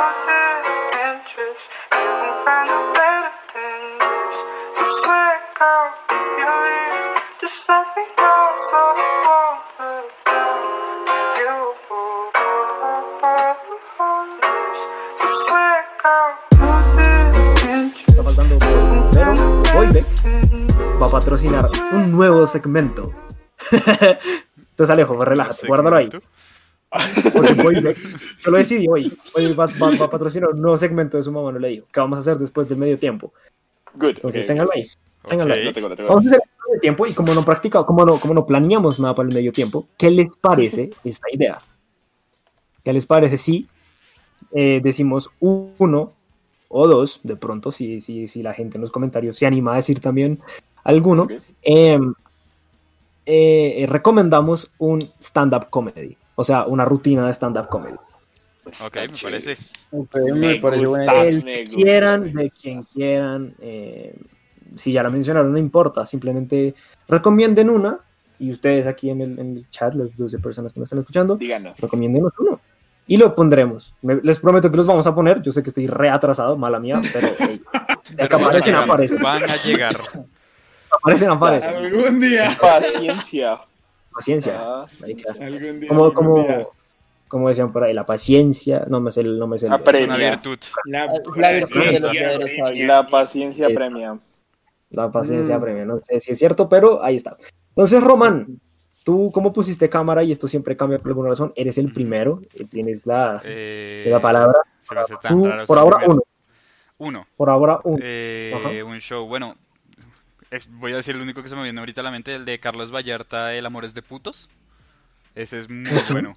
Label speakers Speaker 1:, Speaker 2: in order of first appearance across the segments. Speaker 1: Losing interest, you can find a better than this. You swear, girl, if you leave, just let me know so I won't look down. You, you swear, girl, losing interest.
Speaker 2: Está faltando Boy, pero Boybeck va a patrocinar un nuevo segmento. Entonces, Alejo, relájate, guárdalo ahí. Porque Boybeck, yo lo decidí hoy. Hoy va, va- va a patrocinar un nuevo segmento de su mamá, no le digo. ¿Qué vamos a hacer después del medio tiempo?
Speaker 3: Good.
Speaker 2: Entonces,
Speaker 3: ok,
Speaker 2: ténganlo
Speaker 3: good.
Speaker 2: ahí. Ténganlo
Speaker 3: Lo
Speaker 2: ahí.
Speaker 3: tengo, lo tengo.
Speaker 2: Vamos a hacer el medio tiempo y como no practicamos, como no, como no planeamos nada para el medio tiempo, ¿qué les parece esta idea? ¿Qué les parece si eh, decimos uno o dos, de pronto, si, si, si la gente en los comentarios se anima a decir también alguno?
Speaker 3: Ok.
Speaker 2: eh, eh, recomendamos un stand-up comedy, o sea, una rutina de stand-up comedy.
Speaker 3: Está
Speaker 4: Pues,
Speaker 5: Ok, me
Speaker 3: chévere.
Speaker 5: parece.
Speaker 4: Me
Speaker 2: Me parece buena idea.
Speaker 4: gusta,
Speaker 2: El
Speaker 4: me
Speaker 2: que
Speaker 4: gusta.
Speaker 2: quieran, de quien quieran. eh, si ya la mencionaron, no importa. Simplemente recomienden una. Y ustedes aquí en el, en el chat, las 12 personas que nos están escuchando,
Speaker 4: Díganos.
Speaker 2: recomiéndenos uno. Y lo pondremos. Me- les prometo que los vamos a poner. Yo sé que estoy re atrasado, mala mía, pero hey, de acá
Speaker 5: Pero van a
Speaker 2: aparecen,
Speaker 5: llegar,
Speaker 2: aparecen,
Speaker 5: Van a llegar.
Speaker 2: aparecen, aparecen.
Speaker 6: Algún día.
Speaker 4: Paciencia.
Speaker 2: Paciencia.
Speaker 4: Ah, Paciencia.
Speaker 6: Algún día.
Speaker 2: Como,
Speaker 6: algún
Speaker 2: como,
Speaker 6: día.
Speaker 2: como decían por ahí, la paciencia. No me sé, el- no me sé. el-
Speaker 4: Apre-
Speaker 5: Una virtud.
Speaker 6: La,
Speaker 4: La virtud de los
Speaker 6: paciencia
Speaker 4: poderes
Speaker 6: premia.
Speaker 4: La
Speaker 2: Eh,
Speaker 4: paciencia premia.
Speaker 2: La paciencia
Speaker 6: Mm.
Speaker 2: premia, no sé si es cierto, pero ahí está. Entonces, Román, tú cómo pusiste cámara y esto siempre cambia por alguna razón, eres el primero, eh, tienes la,
Speaker 5: Eh,
Speaker 2: la palabra.
Speaker 5: Se me hace tan
Speaker 2: Tú,
Speaker 5: raro.
Speaker 2: por
Speaker 5: ser
Speaker 2: ahora
Speaker 5: primero.
Speaker 2: uno,
Speaker 5: Uno.
Speaker 2: por ahora uno.
Speaker 5: Eh,
Speaker 2: Ajá.
Speaker 5: un show, bueno, es- voy a decir el único que se me viene ahorita a la mente, el de Carlos Vallarta, El Amores de Putos. Ese es muy bueno.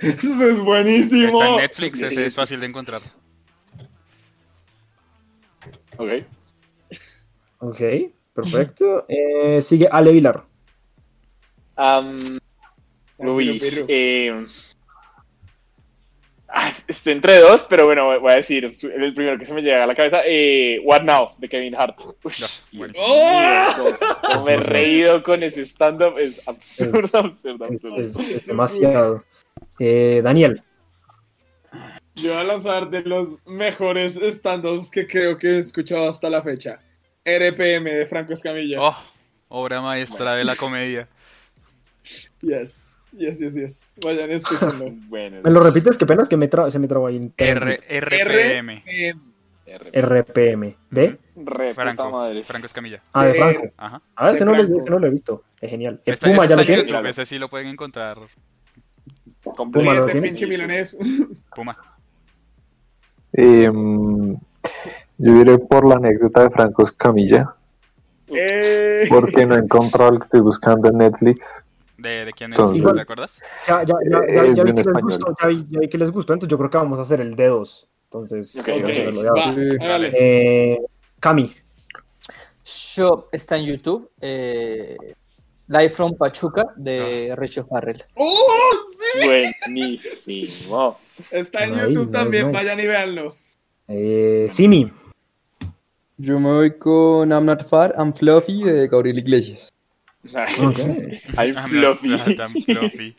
Speaker 6: Eso es buenísimo.
Speaker 5: Está en Netflix, ese es fácil de encontrar.
Speaker 2: eh.
Speaker 4: Ok.
Speaker 2: Ok, perfecto. Eh, sigue Ale Vilar.
Speaker 4: Am, uy.
Speaker 6: Perro.
Speaker 4: eh, ah, estoy entre dos, pero bueno, voy- voy a decir el primero que se me llega a la cabeza. eh, What Now, de Kevin Hart. Uy,
Speaker 5: No,
Speaker 4: Dios mío,
Speaker 5: buenísimo.
Speaker 4: cómo me he reído con ese stand-up. Es absurdo,
Speaker 2: Es-
Speaker 4: absurdo,
Speaker 2: Es,
Speaker 4: absurdo.
Speaker 2: es- es demasiado. Eh, Daniel,
Speaker 6: Yo voy a lanzar de los mejores stand-ups que creo que he escuchado hasta la fecha. RPM de Franco Escamilla.
Speaker 5: Oh, obra maestra de la comedia.
Speaker 6: Yes, yes, yes, yes. Vayan escuchando.
Speaker 4: Bueno,
Speaker 2: ¿me lo repites? Qué pena, es que me tra- se me trabó ahí. en-
Speaker 5: R- RPM.
Speaker 6: Eh,
Speaker 4: re,
Speaker 2: RPM. ¿De?
Speaker 4: re puta
Speaker 5: Franco.
Speaker 4: madre.
Speaker 5: Franco Escamilla.
Speaker 2: Ah, de
Speaker 6: De-
Speaker 2: Franco.
Speaker 5: Ajá.
Speaker 2: Ah,
Speaker 6: de
Speaker 2: ese no, lo,
Speaker 6: Franco.
Speaker 2: ese no lo he visto. Es genial. Eh,
Speaker 5: Está,
Speaker 2: Puma, ¿ya
Speaker 5: ese está
Speaker 2: lo
Speaker 5: en
Speaker 2: tienes?
Speaker 5: YouTube, ese sí lo pueden encontrar.
Speaker 4: Completo.
Speaker 2: Puma, ¿lo
Speaker 6: Ríete,
Speaker 2: tienes?
Speaker 6: pinche milanés.
Speaker 5: Puma.
Speaker 7: Eh, mm, yo iré por la anécdota de Franco Escamilla,
Speaker 6: Eh,
Speaker 7: porque no he encontrado el que estoy buscando en Netflix.
Speaker 5: ¿De, de quién es?
Speaker 7: Entonces-
Speaker 5: ¿Te acuerdas?
Speaker 2: Ya, ya, ya,
Speaker 7: Eh,
Speaker 2: ya-
Speaker 7: es
Speaker 2: ya vi
Speaker 7: bien
Speaker 2: que les
Speaker 7: español.
Speaker 2: gustó, ya vi, ya vi que les gustó, entonces yo creo que vamos a hacer el de dos. Entonces,
Speaker 4: Ok,
Speaker 2: vamos a
Speaker 4: ok,
Speaker 2: hacerlo de
Speaker 6: va,
Speaker 2: dos.
Speaker 6: hágale.
Speaker 2: Eh, Cami,
Speaker 8: Yo está en YouTube. eh, Live from Pachuca de Richo Farrell.
Speaker 6: ¡Oh!
Speaker 4: Buenísimo.
Speaker 6: Está en
Speaker 2: Nice,
Speaker 6: YouTube
Speaker 2: nice,
Speaker 6: también,
Speaker 2: nice.
Speaker 6: vayan y véanlo.
Speaker 2: eh, Simi,
Speaker 9: Yo me voy con I'm Not Far, I'm Fluffy de Gabriel Iglesias.
Speaker 2: Ok.
Speaker 4: I'm
Speaker 5: Ah, no,
Speaker 4: fluffy.
Speaker 5: tan fluffy.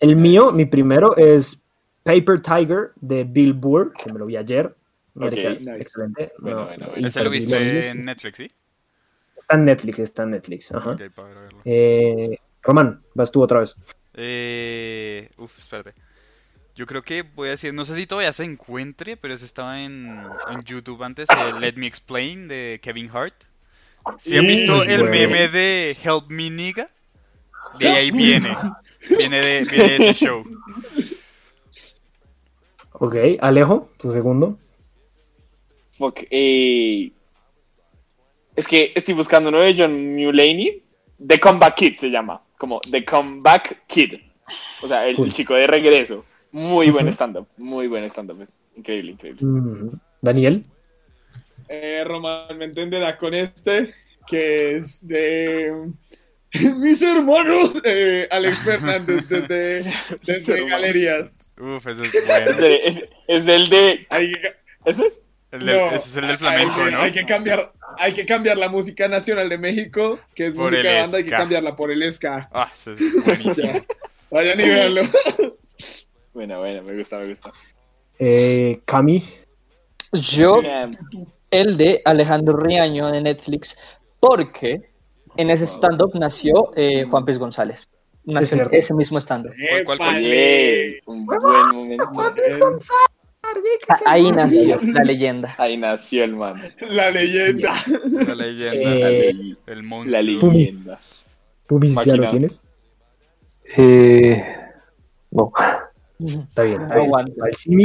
Speaker 2: el mío, mi primero es Paper Tiger de Bill Burr, que me lo vi ayer. Marica,
Speaker 4: Ok,
Speaker 6: nice.
Speaker 2: Excelente.
Speaker 4: Bueno,
Speaker 2: No,
Speaker 4: bueno, bueno.
Speaker 5: Ese lo viste
Speaker 2: imperdible.
Speaker 5: en Netflix, ¿sí?
Speaker 2: Está en Netflix, está en Netflix. Ajá.
Speaker 5: Ok, para verlo.
Speaker 2: Eh, Román, vas tú otra vez.
Speaker 5: Eh, uf, espérate. Yo creo que voy a decir, no sé si todavía se encuentre, pero eso estaba en, en YouTube antes, el Let Me Explain de Kevin Hart. Si han visto
Speaker 2: Mm,
Speaker 5: el
Speaker 2: güey.
Speaker 5: meme de Help Me Nigga, de ahí viene. Viene de, viene de ese show.
Speaker 2: Ok, Alejo, tu segundo.
Speaker 4: Fuck, eh, Es que estoy buscando uno de John Mulaney. The Comeback Kid se llama. Como The Comeback Kid. O sea, el,
Speaker 2: Cool.
Speaker 4: chico de regreso. Muy buen
Speaker 2: Ujú.
Speaker 4: stand-up. Muy buen stand-up. Increíble, increíble.
Speaker 2: Mm, Daniel.
Speaker 6: Eh, Román me entenderá con este, que es de mis hermanos, eh, Alex Fernández, desde, desde
Speaker 4: hermanos.
Speaker 6: Galerías.
Speaker 5: Uf, ese es bueno.
Speaker 4: Es, es- es el de.
Speaker 6: Hay que-
Speaker 4: ¿ese?
Speaker 5: El del-
Speaker 6: no,
Speaker 5: ese es el del
Speaker 6: hay
Speaker 5: flamenco,
Speaker 6: que-
Speaker 5: ¿no?
Speaker 6: Hay que, cambiar, hay que cambiar la música nacional de México, que es
Speaker 5: Por
Speaker 6: música
Speaker 5: el
Speaker 6: de banda, hay que
Speaker 5: ska.
Speaker 6: cambiarla por el ska.
Speaker 5: Ah, ese es buenísimo.
Speaker 6: Ya, Vayan y véanlo.
Speaker 4: Bueno, bueno, me gusta, me gusta.
Speaker 2: Eh, Cami.
Speaker 8: Yo,
Speaker 4: Bien.
Speaker 8: el de Alejandro Riaño de Netflix, porque en ese stand-up nació eh, Juan Piz González. Nació en
Speaker 2: cierto.
Speaker 8: ese mismo stand-up.
Speaker 5: ¿Cuál, cuál, cuál?
Speaker 4: Oye, un buen momento.
Speaker 8: A- Ahí nació la leyenda.
Speaker 4: Ahí nació el man.
Speaker 6: La leyenda.
Speaker 5: La
Speaker 4: La,
Speaker 5: leyenda.
Speaker 2: Eh,
Speaker 4: ley-
Speaker 5: el
Speaker 4: la
Speaker 5: monstruo.
Speaker 4: leyenda.
Speaker 2: Pumis, ¿ya lo
Speaker 4: Máquina.
Speaker 2: tienes?
Speaker 7: Eh, no.
Speaker 2: Está bien. está
Speaker 8: No
Speaker 2: bien.
Speaker 8: aguanto.
Speaker 2: Va el Simi,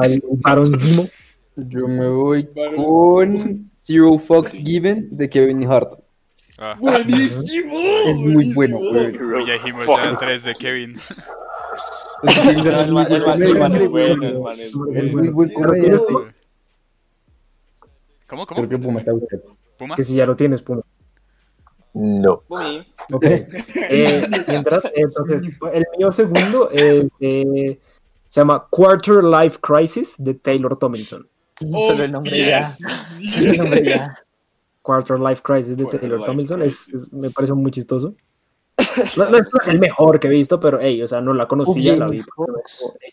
Speaker 2: va el Barón Simo.
Speaker 9: Yo me voy
Speaker 6: Vale.
Speaker 9: con Zero Fox Given de Kevin Hart.
Speaker 5: Ah,
Speaker 6: Buenísimo.
Speaker 9: Es muy bueno,
Speaker 6: buenísimo.
Speaker 5: uy, ya dijimos ya tres de Kevin.
Speaker 9: Es que es
Speaker 4: No, el man- el man- el man es
Speaker 9: muy
Speaker 4: bueno,
Speaker 9: bueno.
Speaker 4: el man es
Speaker 9: Es
Speaker 4: bueno.
Speaker 9: muy buen comediante.
Speaker 5: ¿Cómo,
Speaker 9: Creo
Speaker 5: cómo?
Speaker 9: que Puma está usted.
Speaker 5: ¿Puma?
Speaker 2: Que si ya lo tienes, Puma.
Speaker 7: No.
Speaker 4: Muy bien.
Speaker 2: Ok. Eh, mientras, eh, entonces, el mío segundo es, eh, se llama Quarter Life Crisis de Taylor Tomlinson.
Speaker 6: Oh,
Speaker 8: Pero el nombre ya.
Speaker 6: yes.
Speaker 8: El nombre ya.
Speaker 2: Quarter Life Crisis de
Speaker 4: Quarter
Speaker 2: Taylor
Speaker 4: Life
Speaker 2: Tomlinson es,
Speaker 4: Crisis.
Speaker 2: es- me parece muy chistoso. No, no es no es el mejor que he visto, pero hey, o sea, no la conocía, la vi. pero, ey,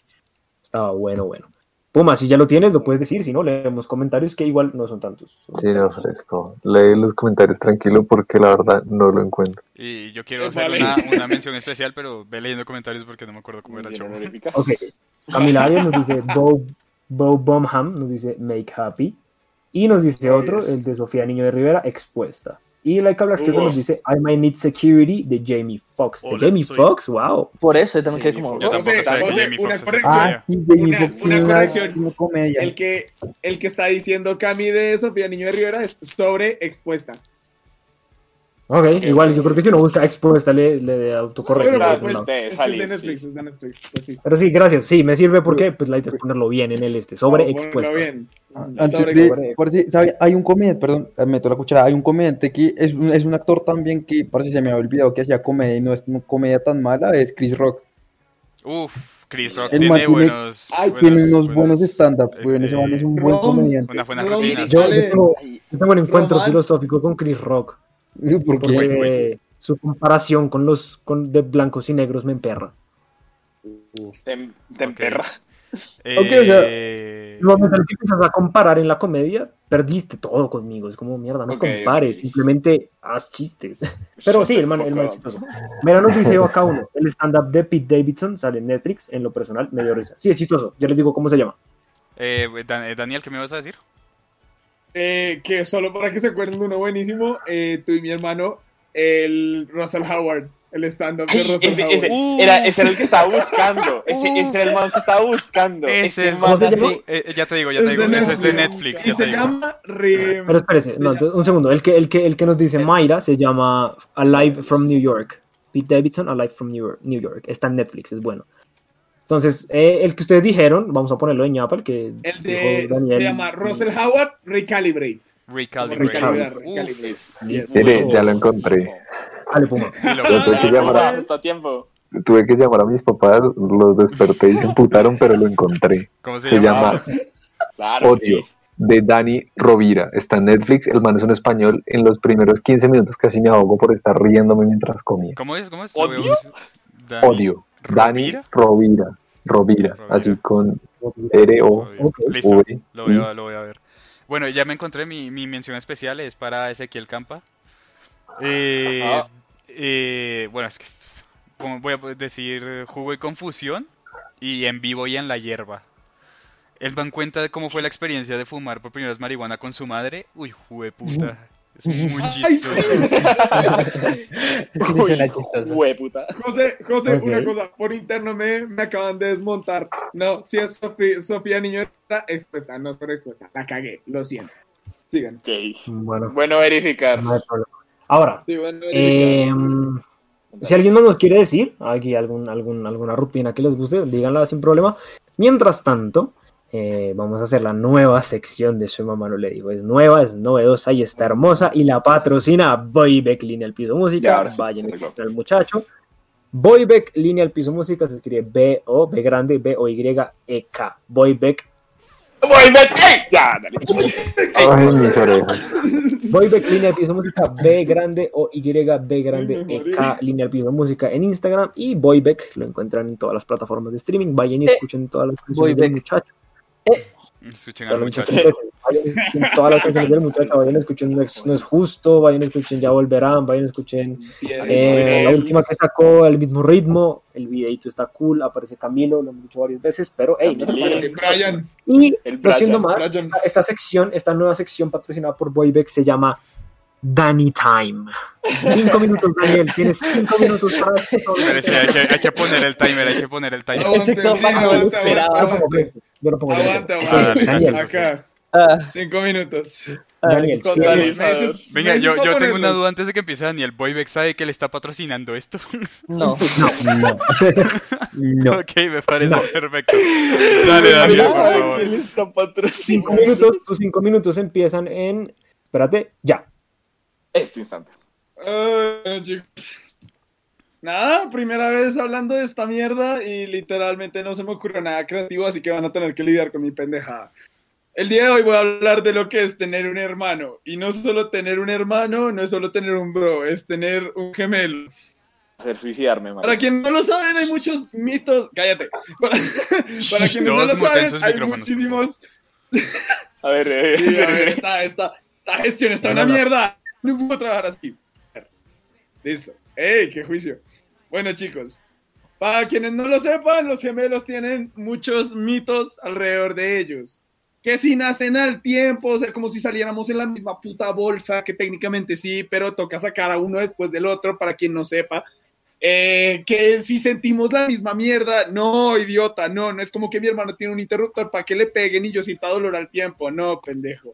Speaker 2: Estaba bueno, bueno. Puma, si ya lo tienes, lo puedes decir, si no, leemos comentarios que igual no son tantos.
Speaker 7: Sí, no ofrezco. Lee los comentarios tranquilo porque la verdad no lo encuentro.
Speaker 5: Y yo quiero
Speaker 6: Eh,
Speaker 5: hacer
Speaker 6: vale.
Speaker 5: una, una mención especial, pero ve leyendo comentarios porque no me acuerdo cómo era el
Speaker 4: Mención
Speaker 5: show.
Speaker 4: honorífica.
Speaker 2: Ok. Camila Arias nos dice Bo, Bo Bomham, nos dice Make Happy. Y nos dice otro, el de Sofía Niño de Rivera, Expuesta. Y Laika Blackstreet
Speaker 6: Uf.
Speaker 2: nos dice I Might Need Security de Jamie Fox. ¿De
Speaker 5: Hola,
Speaker 2: Jamie
Speaker 5: soy-
Speaker 2: Fox? ¡Wow!
Speaker 8: Por eso yo también quedé
Speaker 4: Sí,
Speaker 8: como.
Speaker 5: Yo
Speaker 6: José,
Speaker 5: tampoco sé de
Speaker 6: José,
Speaker 5: que Jamie
Speaker 6: una
Speaker 5: Fox es
Speaker 6: corrección.
Speaker 9: Ah,
Speaker 5: comedia.
Speaker 9: sí, Jamie
Speaker 6: Una-
Speaker 9: Fox
Speaker 6: una
Speaker 9: tiene
Speaker 6: corrección.
Speaker 9: una comedia.
Speaker 6: El que, el que está diciendo Cami de Sofía Niño de Rivera es sobre expuesta.
Speaker 2: Ok, igual yo creo que si uno busca Expuesta le, le autocorre.
Speaker 6: Pero,
Speaker 2: por algún
Speaker 6: pues,
Speaker 2: lado.
Speaker 4: de
Speaker 6: es, que es
Speaker 4: salir,
Speaker 6: de
Speaker 4: sí.
Speaker 6: Netflix, es de Netflix. Pues sí.
Speaker 2: Pero sí, gracias. Sí, me sirve porque pues la idea es ponerlo bien en el este, sobre
Speaker 6: Vamos a ponerlo
Speaker 2: Expuesta.
Speaker 6: Ah, bien.
Speaker 9: Ah, Antes
Speaker 6: Sobre
Speaker 9: de, por si- ¿sabe? Hay un comediante, perdón, eh, meto la cuchara. Hay un comediante que es un, es un actor también que parece que se me había olvidado que hacía comedia y no es una comedia tan mala. Es Chris Rock.
Speaker 5: Uf, Chris Rock
Speaker 9: El man
Speaker 5: tiene
Speaker 9: tiene-
Speaker 5: buenos.
Speaker 9: Ay,
Speaker 5: buenos-
Speaker 9: tiene unos buenos stand-up.
Speaker 5: eh,
Speaker 9: weón, ese man es un
Speaker 6: eh,
Speaker 9: buen
Speaker 6: Roms.
Speaker 9: comediante.
Speaker 5: Unas buenas
Speaker 6: Roms,
Speaker 5: rutinas.
Speaker 2: Yo, yo
Speaker 6: Dale.
Speaker 2: tengo, yo tengo un encuentro
Speaker 6: Román.
Speaker 2: filosófico con Chris Rock
Speaker 9: ¿Por qué?
Speaker 2: porque su comparación con los con, de blancos y negros me emperra.
Speaker 4: Tem- Temperra.
Speaker 2: Ok, o sea,
Speaker 5: Eh,
Speaker 2: El momento en el que empiezas a comparar en la comedia, perdiste todo conmigo. Es como, mierda, no
Speaker 4: Ok,
Speaker 2: compares,
Speaker 4: ok.
Speaker 2: simplemente haz chistes. Pero sí, el man, el man es
Speaker 4: Fuck up.
Speaker 2: chistoso. Mira, nos dice acá uno, el stand-up de Pete Davidson sale en Netflix, en lo personal, me dio risa. Sí, es chistoso, yo les digo cómo se llama.
Speaker 5: eh, Dan- eh, Daniel, ¿qué me vas a decir?
Speaker 6: Eh, que solo para que se acuerden de uno buenísimo, eh, tú y mi hermano, el Russell Howard, el stand-up de
Speaker 4: Ay,
Speaker 6: Russell
Speaker 4: ese,
Speaker 6: Howard.
Speaker 4: ese,
Speaker 5: Uh.
Speaker 4: era, ese era el que estaba buscando. Ese, ese era el man que estaba buscando.
Speaker 5: Ese es.
Speaker 4: man
Speaker 2: ¿Cómo se
Speaker 4: así.
Speaker 2: llama?
Speaker 5: Eh, eh, ya te digo, ya te
Speaker 6: Es
Speaker 5: digo.
Speaker 6: de
Speaker 5: Ese es de Netflix.
Speaker 6: Netflix. Y
Speaker 5: Ya te
Speaker 6: se
Speaker 5: digo.
Speaker 6: llama Rem-
Speaker 2: Pero espérese,
Speaker 6: se
Speaker 2: no,
Speaker 6: llama-
Speaker 2: entonces, un segundo, el que, el, que, el que nos dice Mayra se llama Alive from New York. Pete Davidson, Alive from New York. New York. Está en Netflix, es bueno. Entonces, eh, el que ustedes dijeron, vamos a ponerlo en ñapa, el que
Speaker 6: el de,
Speaker 2: dijo Daniel.
Speaker 6: se llama Russell Howard Recalibrate.
Speaker 5: Recalibrate.
Speaker 6: Recalibrar,
Speaker 5: Uf,
Speaker 6: recalibrar.
Speaker 4: Es-
Speaker 2: Listo.
Speaker 7: Mire, ya lo encontré.
Speaker 2: Dale, Puma.
Speaker 5: dilo.
Speaker 7: Yo tuve que llamar a,
Speaker 4: Está a tiempo.
Speaker 7: tuve que llamar a mis papás, los desperté y se emputaron, pero lo encontré.
Speaker 5: ¿Cómo se
Speaker 7: Se
Speaker 5: llama?
Speaker 7: llama
Speaker 4: Claro.
Speaker 7: Odio, de Dani Rovira. Está en Netflix, el man es un español. En los primeros 15 minutos casi me ahogo por estar riéndome mientras comía.
Speaker 5: ¿Cómo es? ¿Cómo es?
Speaker 4: ¿Odio?
Speaker 5: Lo veo- Dani-
Speaker 7: Odio, Dani
Speaker 5: ¿Rovira?
Speaker 7: Rovira. Rovira,
Speaker 5: Rovira.
Speaker 7: así con R-O.
Speaker 5: Odio.
Speaker 2: Ok.
Speaker 5: Listo,
Speaker 7: Uy.
Speaker 5: lo voy, a, lo voy a ver. Bueno, ya me encontré mi, mi mención especial, es para Ezequiel Campa. Eh,
Speaker 7: Ah.
Speaker 4: Ajá.
Speaker 5: eh, bueno, es que es- como voy a decir jugo y confusión y en vivo y en la hierba. El man cuenta de cómo fue la experiencia de fumar por primera vez marihuana con su madre. Uy, jugué puta. Es muy
Speaker 6: Ay, sí.
Speaker 5: chistoso.
Speaker 8: Es que sí suena chistoso.
Speaker 4: puta.
Speaker 6: José, José,
Speaker 2: Ok.
Speaker 6: una cosa, por interno me, me acaban de desmontar. No, si es Sofía, Sofía Niño está expuesta, no está expuesta. La cagué, lo siento. Sigan.
Speaker 4: Ok.
Speaker 2: Bueno,
Speaker 4: Bueno, verificar.
Speaker 2: no hay problema. Ahora,
Speaker 6: Sí, bueno,
Speaker 2: eh, si alguien no nos quiere decir aquí algún, algún, alguna rutina que les guste, díganla sin problema. Mientras tanto, eh, vamos a hacer la nueva sección de Su Mamá No Le Digo. Es nueva, es novedosa y está hermosa. Y la patrocina Boybeck Línea al Piso
Speaker 4: Ya,
Speaker 2: Música.
Speaker 4: ahora sí,
Speaker 2: Vayan
Speaker 4: se
Speaker 2: a
Speaker 4: arregló.
Speaker 2: encontrar al muchacho. Boybeck Línea al Piso Música se escribe B-O, B grande, B-O-Y-E-K. Boybeck E
Speaker 4: Voy, ven. ¡Ey! Ya, dale.
Speaker 7: Ay, mis orejas.
Speaker 2: Boybeck línea al piso música B grande o Y B grande
Speaker 6: Ay, me
Speaker 2: E
Speaker 6: morí.
Speaker 2: K línea al piso música en Instagram y Boybeck lo encuentran en todas las plataformas de streaming. Vayan y escuchen todas las canciones del
Speaker 8: Boybeck.
Speaker 2: muchacho.
Speaker 5: Escuchen
Speaker 2: Pero
Speaker 5: al
Speaker 2: el muchacho,
Speaker 5: muchacho.
Speaker 2: vayan, escuchen todas las canciones del muchacho, vayan, escuchen no es, no es justo, vayan, escuchen ya volverán, vayan, escuchen eh, la última que sacó, el mismo ritmo, el videito está cool, aparece Camilo, lo hemos dicho varias veces, pero hey, no se
Speaker 4: Camilo.
Speaker 2: parece.
Speaker 6: Brian,
Speaker 2: Y
Speaker 4: El
Speaker 2: no siendo
Speaker 4: Brian,
Speaker 2: más,
Speaker 6: Brian.
Speaker 2: esta, esta sección, esta nueva sección patrocinada por Boybeck se llama Danny Time. Cinco minutos, Daniel, tienes cinco minutos para hacer todo
Speaker 5: Pero sí,
Speaker 2: esto.
Speaker 5: hay, que, hay que poner el timer, hay que poner el timer.
Speaker 6: Aguante,
Speaker 8: Ese compa
Speaker 6: sí,
Speaker 8: no lo
Speaker 6: aguanta,
Speaker 8: esperaba.
Speaker 6: aguanta, aguanta.
Speaker 2: Yo lo pongo yo lo pongo.
Speaker 6: Aguanta,
Speaker 5: Ah,
Speaker 6: aguanta.
Speaker 5: Daniel.
Speaker 6: Acá,
Speaker 8: Ah,
Speaker 6: cinco minutos.
Speaker 2: Daniel,
Speaker 4: Con
Speaker 2: tienes-
Speaker 4: Daniel.
Speaker 6: Me dices-
Speaker 5: Venga,
Speaker 6: me
Speaker 5: yo,
Speaker 6: dices
Speaker 5: yo
Speaker 6: pa'
Speaker 5: tengo una
Speaker 6: ponerlos.
Speaker 5: duda antes de que empiece Daniel. ¿Boybeck sabe que le está patrocinando esto?
Speaker 8: no.
Speaker 9: No. No.
Speaker 5: ok, me parece perfecto. Dale, Daniel, por
Speaker 4: Ay,
Speaker 5: favor.
Speaker 4: él está
Speaker 2: cinco
Speaker 4: patrocinando.
Speaker 2: minutos, tus cinco minutos empiezan en. Espérate, ya.
Speaker 4: Este instante.
Speaker 6: Ay, bueno, chicos. Nada, primera vez hablando de esta mierda y literalmente no se me ocurrió nada creativo, así que van a tener que lidiar con mi pendejada. El día de hoy voy a hablar de lo que es tener un hermano. Y no solo tener un hermano, no es solo tener un bro, es tener un gemelo.
Speaker 4: Hacer suicidarme, man.
Speaker 6: Para quien no lo saben, hay muchos mitos. Cállate. Para, para quienes no
Speaker 5: Todos
Speaker 6: lo
Speaker 5: muten
Speaker 6: saben,
Speaker 5: sus
Speaker 6: hay
Speaker 5: micrófonos.
Speaker 6: muchísimos.
Speaker 4: A ver, eh,
Speaker 6: Sí, a ver, esta, esta, esta gestión está una mierda. No puedo trabajar así. Listo. ¡Ey, qué juicio! Bueno, chicos, para quienes no lo sepan, los gemelos tienen muchos mitos alrededor de ellos. Que si nacen al tiempo, o sea, como si saliéramos en la misma puta bolsa, que técnicamente sí, pero toca sacar a uno después del otro, para quien no sepa. Eh, que si sentimos la misma mierda, no, idiota, no, no es como que mi hermano tiene un interruptor para que le peguen y yo sienta dolor al tiempo, no, pendejo.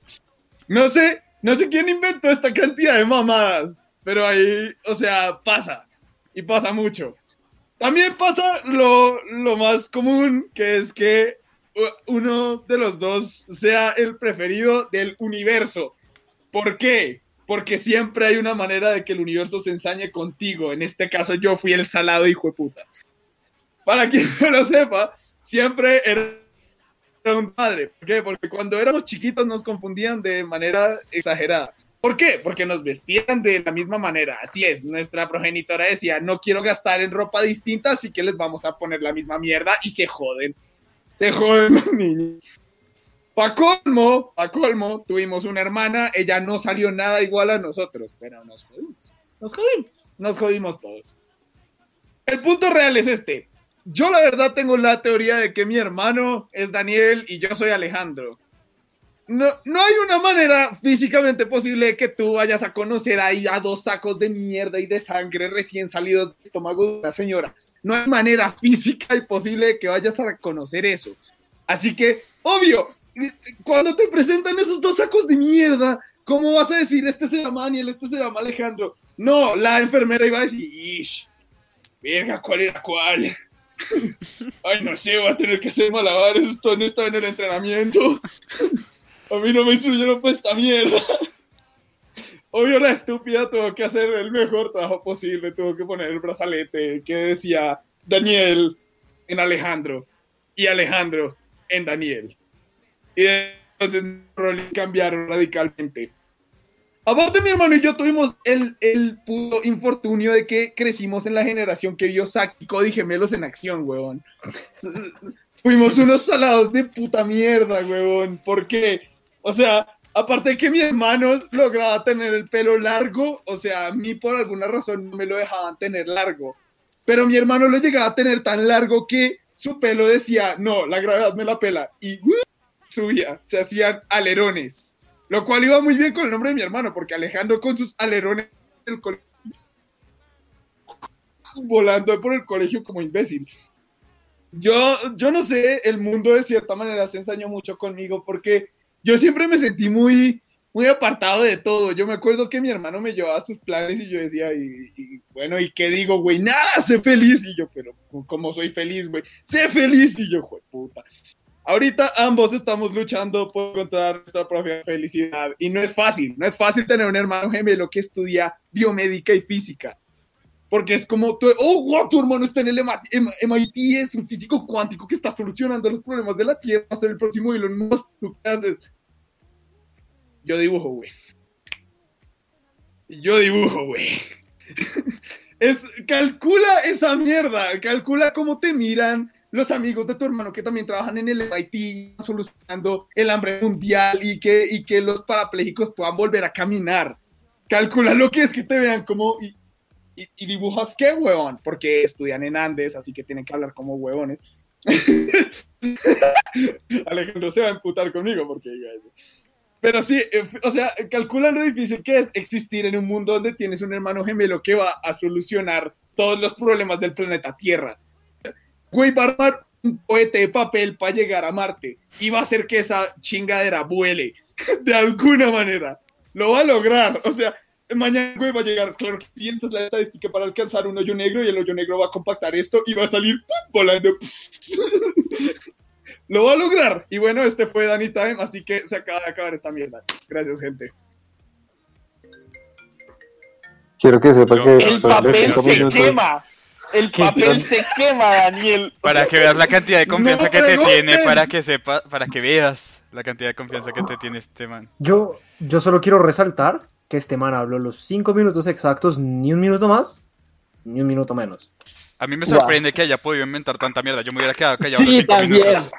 Speaker 6: No sé, no sé quién inventó esta cantidad de mamadas, pero ahí, o sea, pasa, y pasa mucho. También pasa lo, lo más común, que es que u- uno de los dos sea el preferido del universo. ¿Por qué? Porque siempre hay una manera de que el universo se ensañe contigo. En este caso, yo fui el salado hijo de puta. Para quien no lo sepa, siempre era era un padre. ¿Por qué? Porque cuando éramos chiquitos nos confundían de manera exagerada. ¿Por qué? Porque nos vestían de la misma manera. Así es, nuestra progenitora decía, no quiero gastar en ropa distinta, así que les vamos a poner la misma mierda y se joden. Se joden los niños. Pa' colmo, pa' colmo, tuvimos una hermana, ella no salió nada igual a nosotros, pero nos jodimos. Nos jodimos, nos jodimos todos. El punto real es este. Yo la verdad tengo la teoría de que mi hermano es Daniel y yo soy Alejandro. No, no hay una manera físicamente posible de que tú vayas a conocer ahí a dos sacos de mierda y de sangre recién salidos del estómago de una señora. No hay manera física y posible de que vayas a conocer eso. Así que, obvio, cuando te presentan esos dos sacos de mierda, ¿cómo vas a decir este se llama Daniel, este se llama Alejandro? No, la enfermera iba a decir, ish, verga, ¿cuál era cuál? Ay, no sé, voy a tener que hacer malabares. Esto no estaba en el entrenamiento. A mí no me instruyeron para esta mierda. Obvio, la estúpida tuvo que hacer el mejor trabajo posible. Tuvo que poner el brazalete que decía Daniel en Alejandro y Alejandro en Daniel. Y entonces cambiaron radicalmente. Aparte, mi hermano y yo tuvimos el, el puto infortunio de que crecimos en la generación que vio Saki y Cody gemelos en acción, huevón. Fuimos unos salados de puta mierda, huevón. Porque, o sea, aparte de que mi hermano lograba tener el pelo largo, o sea, a mí por alguna razón no me lo dejaban tener largo. Pero mi hermano lo llegaba a tener tan largo que su pelo decía, no, la gravedad me la pela. Y ¡uh! subía, se hacían alerones. Lo cual iba muy bien con el nombre de mi hermano, porque Alejandro con sus alerones del colegio, volando por el colegio como imbécil. Yo, yo no sé, el mundo de cierta manera se ensañó mucho conmigo porque yo siempre me sentí muy, muy apartado de todo. Yo me acuerdo que mi hermano me llevaba a sus planes y yo decía, y, y, bueno, ¿y qué digo, güey? Nada, sé feliz. Y yo, pero ¿cómo soy feliz, güey? Sé feliz. Y yo, "Jue puta. Ahorita ambos estamos luchando por encontrar nuestra propia felicidad y no es fácil, no es fácil tener un hermano gemelo que estudia biomédica y física. Porque es como, tu, oh, wow, tu hermano está en el MIT, MIT, es un físico cuántico que está solucionando los problemas de la Tierra, va a ser el próximo Elon Musk, ¿tú qué haces? Yo dibujo, güey. Yo dibujo, güey. Es, calcula esa mierda, calcula cómo te miran, los amigos de tu hermano que también trabajan en el Haití solucionando el hambre mundial y que, y que los parapléjicos puedan volver a caminar. Calcula lo que es que te vean como... Y, y- y dibujas qué, huevón, porque estudian en Andes, así que tienen que hablar como huevones. Alejandro se va a emputar conmigo porque diga eso. Pero sí, eh, o sea, calcula lo difícil que es existir en un mundo donde tienes un hermano gemelo que va a solucionar todos los problemas del planeta Tierra. Güey, va a armar un cohete de papel para llegar a Marte y va a hacer que esa chingadera vuele de alguna manera. Lo va a lograr, o sea, mañana güey va a llegar. Claro que sí, esta es la estadística para alcanzar un hoyo negro y el hoyo negro va a compactar esto y va a salir ¡pum! volando. Lo va a lograr. Y bueno, este fue Danny Time, así que se acaba de acabar esta mierda. Gracias, gente.
Speaker 7: Quiero que sepa
Speaker 5: Yo-
Speaker 7: que
Speaker 4: El
Speaker 7: después de
Speaker 4: papel
Speaker 7: cinco
Speaker 4: se
Speaker 7: minutos-
Speaker 4: quema. El papel se quema, Daniel.
Speaker 5: Para que veas la cantidad de confianza
Speaker 6: ¡No
Speaker 5: que te
Speaker 6: pregunten!
Speaker 5: tiene, para que sepa, para que veas la cantidad de confianza que te tiene este man.
Speaker 2: Yo, yo solo quiero resaltar que este man habló los cinco minutos exactos, ni un minuto más, ni un minuto menos.
Speaker 5: A mí me
Speaker 8: Guau.
Speaker 5: sorprende que haya podido inventar tanta mierda. Yo me hubiera quedado callado los
Speaker 8: Sí,
Speaker 5: cinco
Speaker 8: también.
Speaker 5: minutos.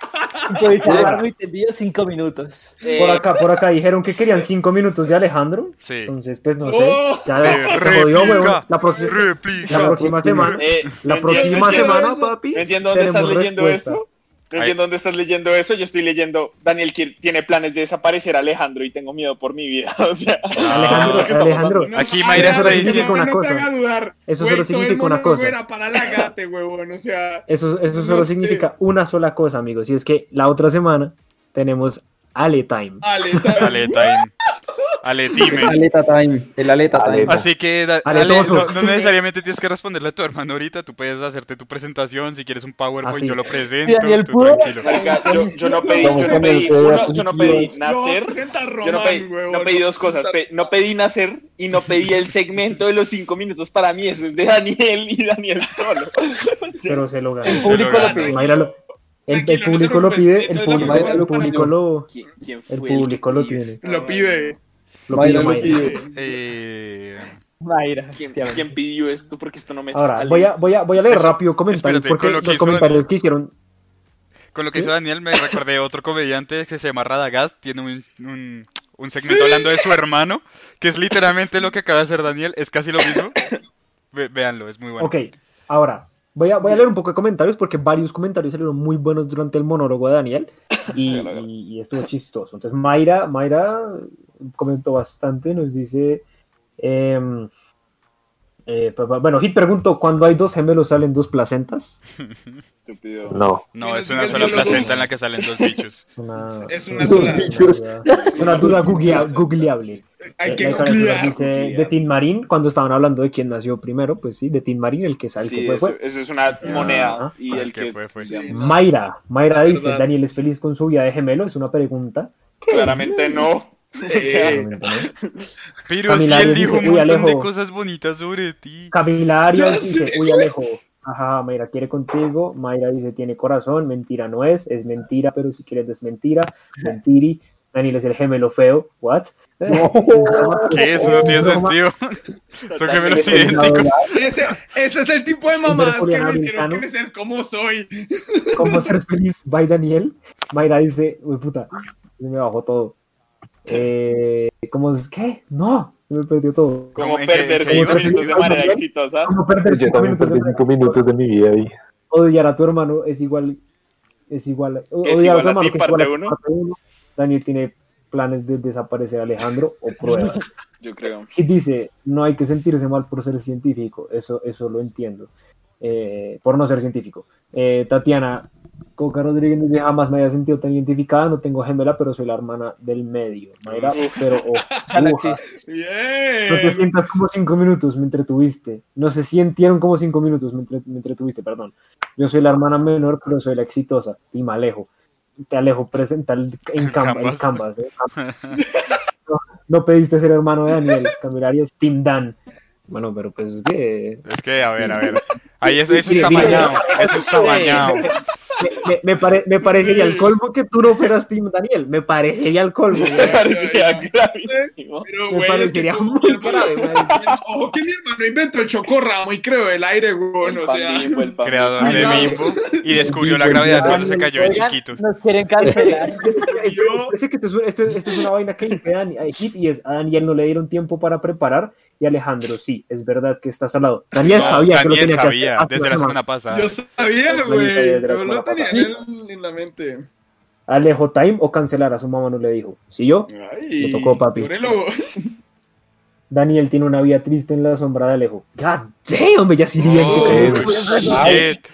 Speaker 8: Pues
Speaker 2: Hola.
Speaker 8: largo y tendido cinco minutos.
Speaker 4: Eh,
Speaker 2: Por acá, por acá dijeron que querían cinco minutos de Alejandro.
Speaker 5: Sí.
Speaker 2: Entonces, pues no sé.
Speaker 6: ¡Oh!
Speaker 2: Ya
Speaker 5: Te
Speaker 2: se jodió,
Speaker 5: replica,
Speaker 2: weón. La, proxi-
Speaker 5: Replica.
Speaker 2: la próxima semana.
Speaker 4: eh,
Speaker 2: La
Speaker 4: no
Speaker 2: próxima
Speaker 4: entiendo-
Speaker 2: semana,
Speaker 6: eso.
Speaker 2: papi.
Speaker 4: No entiendo dónde estás
Speaker 2: tenemos
Speaker 4: leyendo
Speaker 2: respuesta.
Speaker 4: eso. No
Speaker 5: Ahí.
Speaker 4: entiendo dónde estás leyendo eso. Yo estoy leyendo. Daniel qui- tiene planes de desaparecer a Alejandro y tengo miedo por mi vida. O sea,
Speaker 2: Alejandro,
Speaker 4: ¿qué estamos
Speaker 2: Alejandro.
Speaker 6: No,
Speaker 5: Aquí
Speaker 6: no,
Speaker 5: Mayra
Speaker 6: no,
Speaker 5: está
Speaker 6: no,
Speaker 5: diciendo
Speaker 6: no,
Speaker 2: una
Speaker 6: No te
Speaker 2: cosa.
Speaker 6: haga dudar.
Speaker 2: Eso
Speaker 6: Güey,
Speaker 2: solo
Speaker 6: todo
Speaker 2: significa
Speaker 6: el mundo
Speaker 2: una
Speaker 6: no
Speaker 2: cosa.
Speaker 6: Era para la gata, huevón, o sea.
Speaker 2: Eso, eso
Speaker 6: No
Speaker 2: solo
Speaker 6: sé.
Speaker 2: significa una sola cosa, amigos. Y es que la otra semana tenemos Ale Time.
Speaker 6: Ale, está-
Speaker 5: Ale, time. Ale, time.
Speaker 9: Aleta Time, el Aleta Time.
Speaker 7: Aleta.
Speaker 5: Así que, da-
Speaker 2: Ale,
Speaker 5: Ale,
Speaker 2: todo.
Speaker 5: no, no necesariamente tienes que responderle a tu hermano ahorita. Tú puedes hacerte tu presentación. Si quieres un PowerPoint,
Speaker 2: Así.
Speaker 5: yo lo
Speaker 8: Sí,
Speaker 5: presento.
Speaker 8: Daniel,
Speaker 5: tú
Speaker 8: pudo-
Speaker 5: tranquilo.
Speaker 4: Marica, yo, yo no pedí, yo no pedí,
Speaker 7: Vamos con el
Speaker 4: uno,
Speaker 7: pedazo
Speaker 4: yo no pedí
Speaker 7: positivo.
Speaker 4: nacer,
Speaker 6: No, presenta a
Speaker 4: yo no
Speaker 6: Román,
Speaker 4: pedí,
Speaker 6: huevón,
Speaker 4: no pedí dos cosas,
Speaker 6: presenta-
Speaker 4: pe- no pedí nacer y no pedí el segmento de los cinco minutos para mí, eso es de Daniel y Daniel solo.
Speaker 2: Pero se lo
Speaker 8: El
Speaker 2: ganó.
Speaker 8: público
Speaker 5: Se lo
Speaker 8: lo
Speaker 5: gana.
Speaker 8: pide.
Speaker 2: Mayra lo- el, el
Speaker 6: Tranquilo, no te
Speaker 2: público lo
Speaker 6: preocupes,
Speaker 2: pide, el
Speaker 6: esto es la
Speaker 2: público,
Speaker 6: próxima
Speaker 2: el público lo,
Speaker 4: ¿Quién, quién
Speaker 2: el
Speaker 4: fue
Speaker 2: público
Speaker 4: que
Speaker 2: lo
Speaker 4: pidió
Speaker 2: tiene.
Speaker 4: esta
Speaker 6: Lo
Speaker 4: vaina?
Speaker 6: pide.
Speaker 2: lo pide
Speaker 9: Mayra lo
Speaker 2: Mayra.
Speaker 5: Eh,
Speaker 8: Mayra.
Speaker 4: ¿Quién,
Speaker 8: te amo.
Speaker 4: quién pidió esto? Porque esto no me
Speaker 2: Ahora,
Speaker 4: sale.
Speaker 2: voy a, voy a, voy a leer
Speaker 5: Eso,
Speaker 2: rápido comentarios
Speaker 5: espérate,
Speaker 2: porque
Speaker 5: con lo que
Speaker 2: los
Speaker 5: hizo
Speaker 2: comentarios
Speaker 5: Daniel.
Speaker 2: que hicieron.
Speaker 5: Con lo que
Speaker 2: ¿Sí?
Speaker 5: hizo Daniel, me recordé a otro comediante que se llama Radagast. Tiene un, un, un segmento hablando de su hermano, que es literalmente lo que acaba de hacer Daniel. Es casi lo mismo. Ve- véanlo, es muy bueno.
Speaker 2: Ok, ahora, voy a, voy a leer un poco de comentarios porque varios comentarios salieron muy buenos durante el monólogo de Daniel y, y- y estuvo chistoso. Entonces, Mayra, Mayra eh, comentó bastante, nos dice. em, eh, pa- pa- bueno, Hit preguntó: ¿Cuándo hay dos gemelos salen dos placentas?
Speaker 4: Estúpido.
Speaker 7: No.
Speaker 5: No,
Speaker 6: ¿Quién
Speaker 5: es
Speaker 6: es
Speaker 5: una
Speaker 6: el
Speaker 5: sola
Speaker 6: biólogo?
Speaker 5: placenta en la que salen dos bichos.
Speaker 2: Una,
Speaker 6: Es una
Speaker 2: duda-
Speaker 6: sola.
Speaker 2: duda- una duda googlea- googleable.
Speaker 6: Hay que
Speaker 2: Ahí para que nos
Speaker 6: googlear.
Speaker 2: dice de Tin Marín, cuando estaban hablando de quién nació primero, pues sí, de Tin Marín, el que sale,
Speaker 4: Sí,
Speaker 2: que fue,
Speaker 4: eso,
Speaker 2: fue.
Speaker 4: eso es
Speaker 5: Ah,
Speaker 4: una moneda
Speaker 2: Ajá.
Speaker 4: y el que
Speaker 5: fue, fue.
Speaker 4: digamos,
Speaker 2: Mayra, Mayra dice,
Speaker 6: Verdad.
Speaker 2: Daniel es feliz con su vida de gemelo, es una pregunta. ¿Qué?
Speaker 4: claramente no.
Speaker 6: Eh,
Speaker 5: Pero si
Speaker 2: Camila
Speaker 5: él
Speaker 2: Arias
Speaker 5: dijo un
Speaker 2: dice, "Uy,
Speaker 5: montón de
Speaker 2: Alejo".
Speaker 5: cosas bonitas sobre ti.
Speaker 2: Camila Arias
Speaker 6: Ya
Speaker 2: dice,
Speaker 6: sé.
Speaker 2: uy Alejo, ajá, Mayra quiere contigo, Mayra dice, tiene corazón, mentira no es, es mentira, pero si quieres es mentira, mentiri, Daniel es el gemelo feo, what?
Speaker 5: Que eso no tiene
Speaker 2: Broma.
Speaker 5: sentido. Son gemelos
Speaker 4: Totalmente
Speaker 5: idénticos.
Speaker 6: ese, ese es el tipo de mamadas que me
Speaker 2: Julián
Speaker 6: hicieron
Speaker 2: Americano.
Speaker 6: crecer como soy.
Speaker 2: ¿Cómo ser feliz? Bye, Daniel. Mayra dice, uy, puta, se me bajó todo. Eh, ¿Cómo es? ¿Qué? No, se me perdió todo.
Speaker 4: Como
Speaker 5: ¿En qué- en qué iba?
Speaker 4: perder cinco minutos de
Speaker 2: Yo
Speaker 4: manera
Speaker 2: también.
Speaker 4: exitosa.
Speaker 2: ¿Cómo perder
Speaker 7: Yo
Speaker 2: cinco
Speaker 7: también
Speaker 2: minutos? de
Speaker 7: perdí cinco minutos de mi vida ahí.
Speaker 2: Odiar a tu hermano es igual. Es igual. o-
Speaker 4: Es
Speaker 2: Odiar
Speaker 4: igual a ti,
Speaker 2: que es igual
Speaker 4: parte
Speaker 2: a tu
Speaker 4: uno.
Speaker 2: parte uno. Daniel tiene planes de desaparecer a Alejandro o pruebas.
Speaker 4: Yo creo.
Speaker 2: Y dice, no hay que sentirse mal por ser científico, eso, eso lo entiendo, eh, por no ser científico. Eh, Tatiana, Coca Rodríguez dice, jamás me había sentido tan identificada, no tengo gemela, pero soy la hermana del medio. Mayra, pero oh, uja, no
Speaker 5: Eh,
Speaker 2: te
Speaker 6: Bien.
Speaker 2: sientas como cinco minutos, me entretuviste. No se sintieron como cinco minutos, me, entre- me entretuviste, perdón. Yo soy la hermana menor, pero soy la exitosa y me alejo. Te alejo, presenta el, en
Speaker 5: El
Speaker 2: Canva- el
Speaker 5: Canvas.
Speaker 2: Canvas, eh. no, no pediste ser hermano de Daniel, Camila Arias, Team Dan. Bueno, pero pues es que
Speaker 5: Es que, a ver, a ver. Ahí es, eso está
Speaker 2: Mira,
Speaker 5: bañado. Eso está
Speaker 8: Sí.
Speaker 5: bañado.
Speaker 2: me, me pare- me parecería el colmo que tú no fueras Team Daniel. Me parecería el colmo.
Speaker 4: Me
Speaker 2: güey.
Speaker 4: parecía gravísimo.
Speaker 6: Pero,
Speaker 2: Me
Speaker 6: güey,
Speaker 2: parecería
Speaker 6: es que
Speaker 2: muy
Speaker 6: como-
Speaker 2: grave. güey.
Speaker 6: Ojo que mi hermano inventó el chocorramo y creó el aire, güey. O sea,
Speaker 4: Pan Bimbo, el pan
Speaker 5: Creador
Speaker 6: Ay,
Speaker 5: de
Speaker 6: no.
Speaker 5: Bimbo y descubrió la gravedad cuando se cayó de
Speaker 8: Oigan,
Speaker 5: chiquito.
Speaker 8: Nos quieren cancelar.
Speaker 2: Espera- espérese que esto es, un- esto, esto es una vaina que dije a Dan- a Hit y es a Daniel no le dieron tiempo para preparar y Alejandro, sí, es verdad que está salado. Daniel
Speaker 5: No,
Speaker 2: sabía que lo
Speaker 5: Daniel
Speaker 2: tenía
Speaker 5: sabía,
Speaker 2: que hacer.
Speaker 5: desde la semana pasada.
Speaker 6: yo
Speaker 4: ah.
Speaker 6: sabía,
Speaker 2: Manita,
Speaker 6: güey.
Speaker 2: desde la
Speaker 6: Yo lo
Speaker 2: semana
Speaker 6: tenía
Speaker 2: pasada.
Speaker 6: en, el- en la mente.
Speaker 2: Alejo Time o cancelar a su mamá no le dijo. ¿Sí yo?
Speaker 6: Ay,
Speaker 2: Me tocó, papi.
Speaker 6: llórelo.
Speaker 2: Daniel tiene una vida triste en la sombra de Alejo. God damn, ella sí diría
Speaker 5: Oh,
Speaker 2: que-
Speaker 7: güey.
Speaker 5: shit.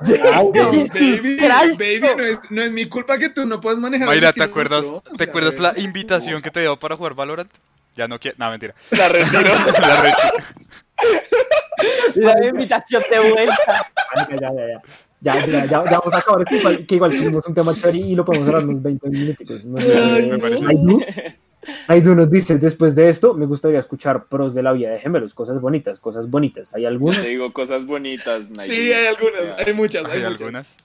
Speaker 6: Baby,
Speaker 8: Christ.
Speaker 6: baby, no, es, no es mi culpa que tú no puedas manejar.
Speaker 5: Mayra,
Speaker 6: el
Speaker 5: ¿te acuerdas,
Speaker 6: instrumento, o
Speaker 5: ¿te
Speaker 6: sea,
Speaker 5: acuerdas la invitación que te dio para jugar Valorant? Ya no quiero. No, mentira.
Speaker 4: La retiro.
Speaker 5: La re-
Speaker 8: La invitación de vuelta.
Speaker 2: Ya, ya, ya, ya. Ya, mira, ya, ya vamos a acabar. Que igual, que igual tuvimos un tema chévere y lo podemos hablar unos 20 minutos. No sé.
Speaker 5: me parece.
Speaker 2: Aidu, Aidu nos dice, después de esto, me gustaría escuchar pros de la vida de gemelos, cosas bonitas, cosas bonitas. Hay
Speaker 4: Yo
Speaker 2: algunos.
Speaker 4: te digo cosas bonitas, Nike.
Speaker 6: Sí, hay algunas, hay muchas. Hay,
Speaker 5: Hay
Speaker 6: muchas.
Speaker 5: algunas.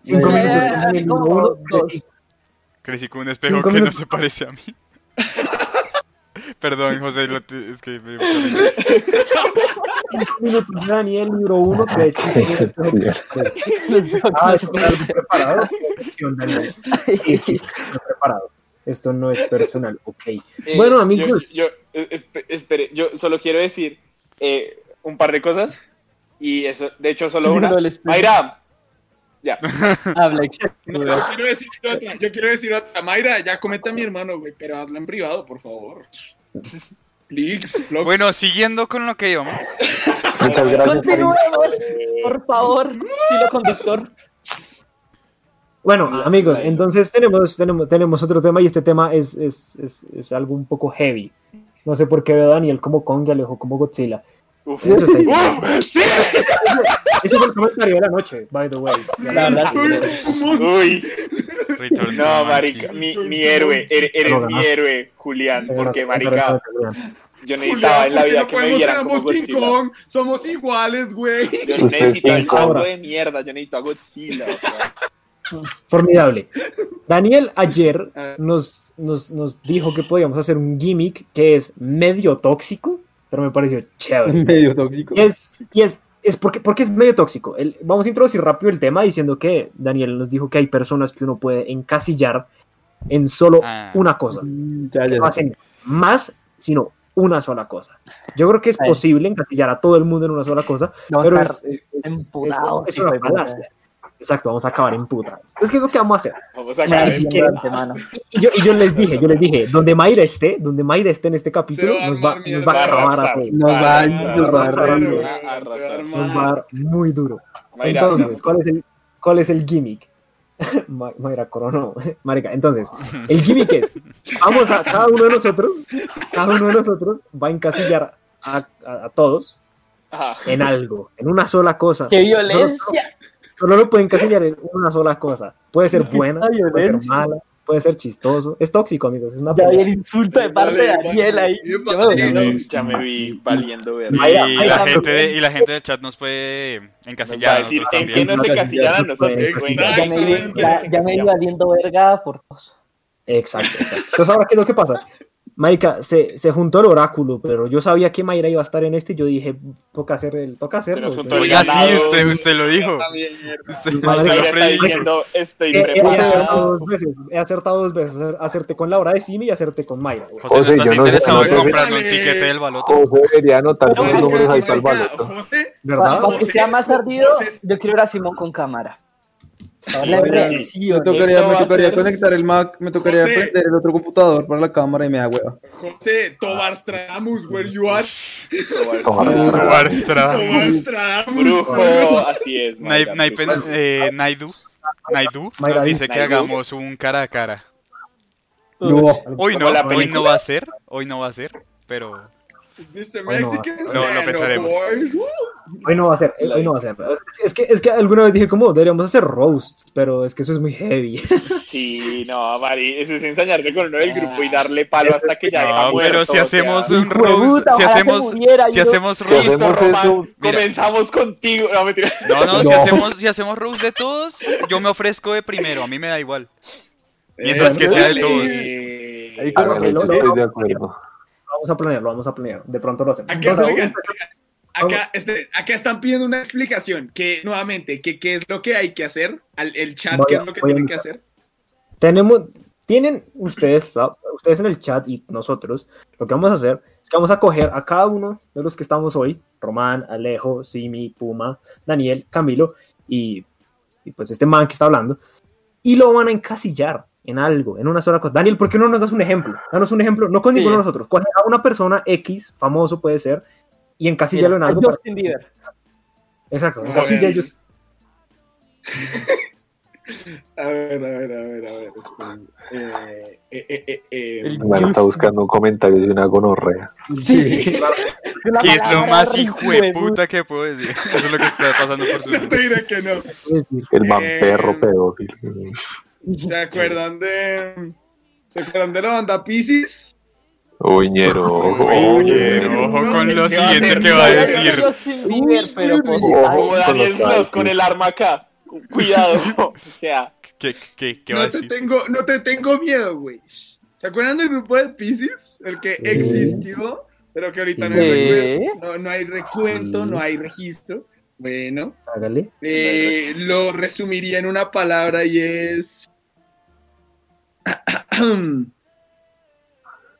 Speaker 2: Cinco
Speaker 8: Eh,
Speaker 2: minutos de Daniel, uno,
Speaker 8: como
Speaker 2: uno,
Speaker 8: dos.
Speaker 2: tres,
Speaker 5: Crecí con un espejo
Speaker 2: Cinco
Speaker 5: que no
Speaker 2: minutos.
Speaker 5: se parece a mí. Perdón, José, lo te- es que me
Speaker 2: cinco minutos de Daniel, libro 1, que es
Speaker 8: Los veo que
Speaker 2: Ah,
Speaker 8: no
Speaker 2: es
Speaker 8: se
Speaker 2: un álbum preparado. Perfección, Daniel. Sí, sí,
Speaker 8: pueden-
Speaker 2: está preparado. Esto no es personal, ok.
Speaker 4: Eh,
Speaker 2: Bueno, amigos.
Speaker 4: Yo, yo, eh, esp- espere, yo solo quiero decir eh, un par de cosas. Y eso, de hecho, solo una.
Speaker 8: Lo del espejo.
Speaker 4: Mayra, ya.
Speaker 8: Habla,
Speaker 6: No, yo quiero decir otra. Yo quiero decir otra. Mayra, ya comenta a mi hermano, güey, pero hazla en privado, por favor. Please, vlogs.
Speaker 5: Bueno, siguiendo con lo que íbamos.
Speaker 7: Muchas gracias. cariño.
Speaker 8: Continuemos, por favor, filo conductor.
Speaker 2: Bueno, amigos, entonces tenemos, tenemos, tenemos otro tema y este tema es, es, es, es algo un poco heavy. No sé por qué veo a Daniel como Kong y a Alejo como Godzilla.
Speaker 4: Uf.
Speaker 2: Eso está ahí.
Speaker 4: Uf, sí.
Speaker 2: Ese fue el comentario de la noche, by the way.
Speaker 8: La verdad, sí,
Speaker 6: Soy un mon-
Speaker 4: Uy,
Speaker 5: Return to
Speaker 4: no,
Speaker 5: Monkey.
Speaker 4: marica, mi, mi héroe, er- eres
Speaker 2: Perdona.
Speaker 4: mi héroe, Julián, porque, marica, yo necesitaba
Speaker 6: Julián,
Speaker 4: en la
Speaker 6: ¿por qué
Speaker 4: vida que me
Speaker 6: no podemos ser
Speaker 4: vieran como
Speaker 6: ambos King
Speaker 4: Godzilla.
Speaker 6: Kong? Somos iguales, güey.
Speaker 4: Yo
Speaker 7: Ustedes
Speaker 4: necesito el
Speaker 7: tienen cobra.
Speaker 4: combo de mierda, yo necesito a Godzilla. o sea.
Speaker 2: Formidable. Daniel ayer
Speaker 6: Ah.
Speaker 2: nos, nos, nos dijo que podíamos hacer un gimmick que es medio tóxico, pero me pareció chévere.
Speaker 9: Medio tóxico.
Speaker 2: Y es, y es, es porque, porque es medio tóxico. El- vamos a introducir rápido el tema diciendo que Daniel nos dijo que hay personas que uno puede encasillar en solo
Speaker 5: Ah.
Speaker 2: una cosa.
Speaker 9: Mm, Ya,
Speaker 2: Que
Speaker 9: ya,
Speaker 2: no
Speaker 9: ya.
Speaker 2: hacen más, sino una sola cosa. Yo creo que es
Speaker 8: Ay.
Speaker 2: posible encasillar a todo el mundo en una sola cosa,
Speaker 8: Vamos
Speaker 2: pero
Speaker 8: a
Speaker 2: es,
Speaker 8: estar
Speaker 2: es- es-
Speaker 8: emputados,
Speaker 2: es- es
Speaker 8: hijo
Speaker 2: una
Speaker 8: de puta.
Speaker 2: falacia. Exacto, vamos a acabar en puta. Entonces, ¿qué es lo que vamos a hacer?
Speaker 4: Vamos a acabar.
Speaker 2: sí.
Speaker 4: en-
Speaker 8: agradeciendo de antemano.
Speaker 2: Y yo, y yo les dije, yo les dije, donde Mayra esté, donde Mayra esté en este capítulo,
Speaker 6: Se va a
Speaker 2: nos va,
Speaker 6: armar
Speaker 2: nos va a
Speaker 4: mierda.
Speaker 2: acabar a
Speaker 4: Arrasar.
Speaker 2: todos.
Speaker 9: Nos va a
Speaker 4: Arrasar,
Speaker 9: nos va a
Speaker 2: arrasar,
Speaker 9: arrasar.
Speaker 2: güey.
Speaker 4: a arrasar.
Speaker 2: Nos va a dar muy duro.
Speaker 4: Mayra,
Speaker 2: Entonces, ¿cuál es el, cuál es el gimmick? Ma- Mayra Coronó, marica. Entonces, el gimmick es, vamos a cada uno de nosotros, cada uno de nosotros va a encasillar a, a- a todos
Speaker 4: Ajá.
Speaker 2: en algo, en una sola cosa.
Speaker 8: ¡Qué
Speaker 2: Solo-
Speaker 8: violencia!
Speaker 2: Solo, lo pueden encasillar en una sola cosa. Puede ser buena,
Speaker 8: Ay,
Speaker 2: puede ser
Speaker 8: violencia.
Speaker 2: mala, puede ser chistoso. Es tóxico, amigos. Es una
Speaker 8: Ya había
Speaker 2: pelea.
Speaker 8: el insulto de parte de Daniel ahí.
Speaker 4: Ya me vi valiendo ver.
Speaker 2: Mayra,
Speaker 5: Y
Speaker 2: Mayra,
Speaker 5: la gente
Speaker 2: pero-
Speaker 5: de- y la gente del chat nos puede
Speaker 4: Va a
Speaker 5: encasillar a
Speaker 4: decir,
Speaker 5: nosotros
Speaker 4: ¿en qué
Speaker 5: pues, también.
Speaker 4: no se castillaran a nosotros?
Speaker 2: Exacto.
Speaker 4: güey?
Speaker 8: Ya me, vi- ya, ya me iba valiendo verga forzoso.
Speaker 2: Exacto, exacto. Entonces, ahora, ¿qué es lo que pasa? Marica, se, se juntó el oráculo, pero yo sabía que Mayra iba a estar en este y yo dije, toca hacer el, toca hacerlo.
Speaker 4: nos juntó el
Speaker 5: Oiga, sí,
Speaker 4: Ganado.
Speaker 5: usted, usted lo dijo.
Speaker 2: Madre
Speaker 5: Usted, usted
Speaker 4: Mayra
Speaker 5: lo
Speaker 4: está
Speaker 5: predijo.
Speaker 4: diciendo, estoy
Speaker 2: He, he acertado
Speaker 4: preparado.
Speaker 2: dos veces, he acertado dos veces, hacer- hacerte con Laura de Cime y hacerte con Mayra. güey.
Speaker 5: José, ¿no
Speaker 7: José,
Speaker 5: estás
Speaker 7: yo no sé,
Speaker 5: interesado
Speaker 7: no
Speaker 5: en
Speaker 7: sé.
Speaker 5: comprando un tiquete del baloto?
Speaker 7: José debería anotar
Speaker 8: Pero,
Speaker 7: los números ahí para el baloto.
Speaker 6: José,
Speaker 2: ¿Verdad?
Speaker 8: Para, que sea más ardido,
Speaker 6: Entonces-
Speaker 8: yo quiero ver a Simón con cámara. La
Speaker 9: Oiga, Me
Speaker 8: impresión.
Speaker 9: tocaría,
Speaker 4: Esto
Speaker 9: me
Speaker 4: va a
Speaker 9: tocaría
Speaker 4: ser-
Speaker 9: conectar el Mac, me tocaría
Speaker 6: José.
Speaker 9: prender el otro computador para la cámara y me da hueva.
Speaker 6: José, Tobarstradamus, where you at?
Speaker 7: Tomar.
Speaker 5: eh, Warstra.
Speaker 6: Tobarstradamus.
Speaker 4: Brujo, así
Speaker 5: eh,
Speaker 4: es. Mayra,
Speaker 5: Naipen,
Speaker 4: brujo.
Speaker 5: eh, Naidu, Naidu
Speaker 2: Mayra,
Speaker 5: nos dice que
Speaker 4: Naidu.
Speaker 5: hagamos un cara a cara.
Speaker 9: Yo,
Speaker 5: Hoy no,
Speaker 4: Como la
Speaker 5: hoy
Speaker 4: película.
Speaker 5: no va a ser, hoy no va a ser, pero
Speaker 6: Mr.
Speaker 2: Bueno,
Speaker 6: Mexican.
Speaker 5: lo- lo
Speaker 6: stand up,
Speaker 5: pensaremos.
Speaker 6: boys. Woo.
Speaker 2: Hoy no va a ser, eh, hoy no va a ser. Es, es que, es que alguna vez dije, como deberíamos hacer roasts, pero es que eso es muy heavy.
Speaker 4: Sí, no, Mari, eso es ensañarte con uno del grupo y darle palo hasta que ya
Speaker 5: No,
Speaker 4: haya muerto.
Speaker 5: Ah. pero si hacemos
Speaker 4: o sea,
Speaker 5: un
Speaker 8: Hijo de
Speaker 5: roast,
Speaker 8: puta,
Speaker 5: si
Speaker 8: ojalá se
Speaker 5: hacemos,
Speaker 8: muriera,
Speaker 5: si
Speaker 8: yo-
Speaker 5: hacemos
Speaker 7: Si
Speaker 5: roast,
Speaker 7: hacemos
Speaker 4: Román,
Speaker 7: eso,
Speaker 5: mira.
Speaker 4: comenzamos contigo. No, mentira.
Speaker 5: no, no, si
Speaker 7: No.
Speaker 5: hacemos, si hacemos roast de todos, yo me ofrezco de primero, a mí me da igual. Mientras que sea de todos.
Speaker 6: Eh,
Speaker 2: Ahí
Speaker 7: a
Speaker 2: con
Speaker 7: ver,
Speaker 2: Rogelio
Speaker 7: yo
Speaker 2: lo-
Speaker 7: estoy de
Speaker 2: lo
Speaker 7: acuerdo.
Speaker 2: vamos a planear, lo vamos a planear. De pronto lo hacemos.
Speaker 6: Acá,
Speaker 2: Entonces,
Speaker 6: oigan, acá, esperen, acá están pidiendo una explicación. Que nuevamente, que qué es lo que hay que hacer. Al, el chat,
Speaker 2: Voy
Speaker 6: qué
Speaker 2: a-
Speaker 6: es lo que
Speaker 2: voy a
Speaker 6: tienen que
Speaker 2: buscar.
Speaker 6: hacer.
Speaker 2: tenemos, tienen ustedes, ah, ustedes en el chat y nosotros, lo que vamos a hacer es que vamos a coger a cada uno de los que estamos hoy, Román, Alejo, Simi, Puma, Daniel, Camilo y, y pues este man que está hablando, y lo van a encasillar en algo, en una sola cosa. Daniel, ¿por qué no nos das un ejemplo? Danos un ejemplo, no con
Speaker 8: Sí.
Speaker 2: ninguno de nosotros, coge a una persona X, famoso puede ser, y encasillalo en
Speaker 8: Mira, a
Speaker 2: algo. para-
Speaker 8: Justin Bieber.
Speaker 2: Exacto,
Speaker 6: Muy
Speaker 2: encasilla
Speaker 6: bien.
Speaker 2: ellos.
Speaker 6: A ver, a ver, a ver, a ver. esperen. Eh, eh, eh, eh, eh.
Speaker 8: El
Speaker 7: Bueno, está
Speaker 8: Justin-
Speaker 7: buscando comentarios de una gonorrea.
Speaker 8: Sí. La
Speaker 5: Que es lo
Speaker 8: palabra
Speaker 5: más
Speaker 8: hijueputa.
Speaker 5: hijueputa que puedo decir. Eso es lo que está pasando por su
Speaker 6: No te
Speaker 5: mente.
Speaker 6: diré que no.
Speaker 2: es decir,
Speaker 7: El man
Speaker 6: Eh,
Speaker 7: perro pedófilo.
Speaker 6: ¿Se acuerdan de. ¿Se acuerdan de la banda Pisces?
Speaker 7: Oñero, ojo,
Speaker 5: Oye, ojo con lo siguiente que va a decir.
Speaker 8: Justin Bieber, pero pues,
Speaker 7: Ojo.
Speaker 4: Como
Speaker 7: Con
Speaker 4: Daniel
Speaker 7: los calcos.
Speaker 4: Sloss con el arma acá. Cuidado. O sea,
Speaker 5: ¿Qué, qué, qué va
Speaker 6: No
Speaker 5: a
Speaker 6: te,
Speaker 5: decir?
Speaker 6: tengo, no te tengo miedo, güey. ¿Se acuerdan del grupo de Pisces? El que existió, pero que ahorita no, hay
Speaker 8: Sí.
Speaker 6: recuento, no, no hay recuento,
Speaker 2: Sí.
Speaker 6: no hay registro. Bueno,
Speaker 2: hágale.
Speaker 6: eh, lo resumiría en una palabra y es.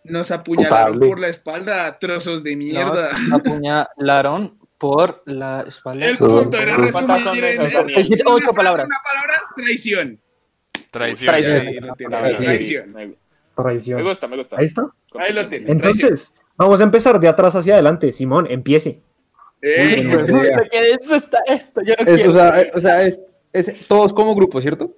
Speaker 6: Nos apuñalaron
Speaker 7: Culpable.
Speaker 6: por la espalda, trozos de mierda.
Speaker 8: nos apuñalaron por la espalda.
Speaker 6: El
Speaker 7: Eso-
Speaker 6: punto era
Speaker 7: ¿Cuántas
Speaker 4: son
Speaker 6: resumir
Speaker 4: de
Speaker 6: en,
Speaker 4: esas,
Speaker 6: en-
Speaker 4: Daniel?
Speaker 6: en
Speaker 8: Ocho
Speaker 6: una frase
Speaker 8: palabras.
Speaker 6: Una palabra traición.
Speaker 5: Traición.
Speaker 4: Traición.
Speaker 6: Ahí lo tiene,
Speaker 4: Ahí sí.
Speaker 6: traición.
Speaker 4: Me
Speaker 2: Traición.
Speaker 4: gusta, me gusta.
Speaker 2: Ahí está.
Speaker 6: Ahí lo tiene.
Speaker 2: Entonces, vamos a empezar de atrás hacia adelante. Simón, empiece.
Speaker 6: Eh,
Speaker 9: Muy bien.
Speaker 8: Puta, qué denso está esto. Yo no
Speaker 9: Es,
Speaker 8: quiero.
Speaker 9: o sea, eh, o sea, es, es todos como grupo, ¿cierto?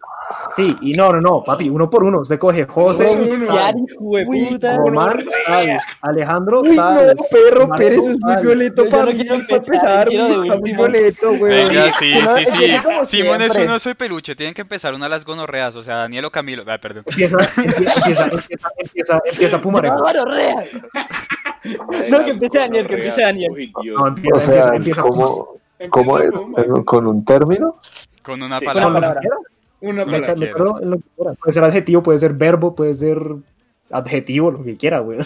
Speaker 2: Sí, y no, no, no, papi, uno por uno. Usted coge José,
Speaker 6: Uno, uno.
Speaker 8: Yari, hijueputa.
Speaker 2: Omar, tal, Alejandro, tal,
Speaker 9: perro,
Speaker 2: Marco,
Speaker 9: Pérez es muy
Speaker 2: tal.
Speaker 9: violento
Speaker 8: Yo ya
Speaker 9: para
Speaker 8: no
Speaker 9: mí.
Speaker 8: quiero
Speaker 9: para
Speaker 8: empezar,
Speaker 9: empezar,
Speaker 8: quiero de
Speaker 9: está muy
Speaker 8: último.
Speaker 9: violento, güey.
Speaker 5: Venga, sí,
Speaker 8: no,
Speaker 5: sí,
Speaker 8: es que
Speaker 5: sí.
Speaker 8: ya como
Speaker 5: Simón es
Speaker 8: siempre.
Speaker 5: un oso de peluche. Tienen que empezar una de las gonorreas. O sea, Daniel o Camilo. Ah, perdón.
Speaker 2: Empieza, empieza, empieza, empieza, empieza, empieza Pumarejo.
Speaker 8: Bárbaro, rea. No, que empiece Daniel, que empiece Daniel.
Speaker 4: Uy,
Speaker 2: No,
Speaker 4: Dios.
Speaker 2: empieza,
Speaker 7: O sea,
Speaker 2: empieza, empieza
Speaker 7: ¿cómo, cómo
Speaker 6: empieza
Speaker 7: es? ¿Con un término?
Speaker 5: Con una
Speaker 4: Sí.
Speaker 2: Con lo
Speaker 5: palabra.
Speaker 2: que quiera,
Speaker 6: Una
Speaker 2: meta-
Speaker 6: palabra.
Speaker 2: métalo en lo que quiera. Puede ser adjetivo, puede ser verbo, puede ser adjetivo, lo que quiera, güey.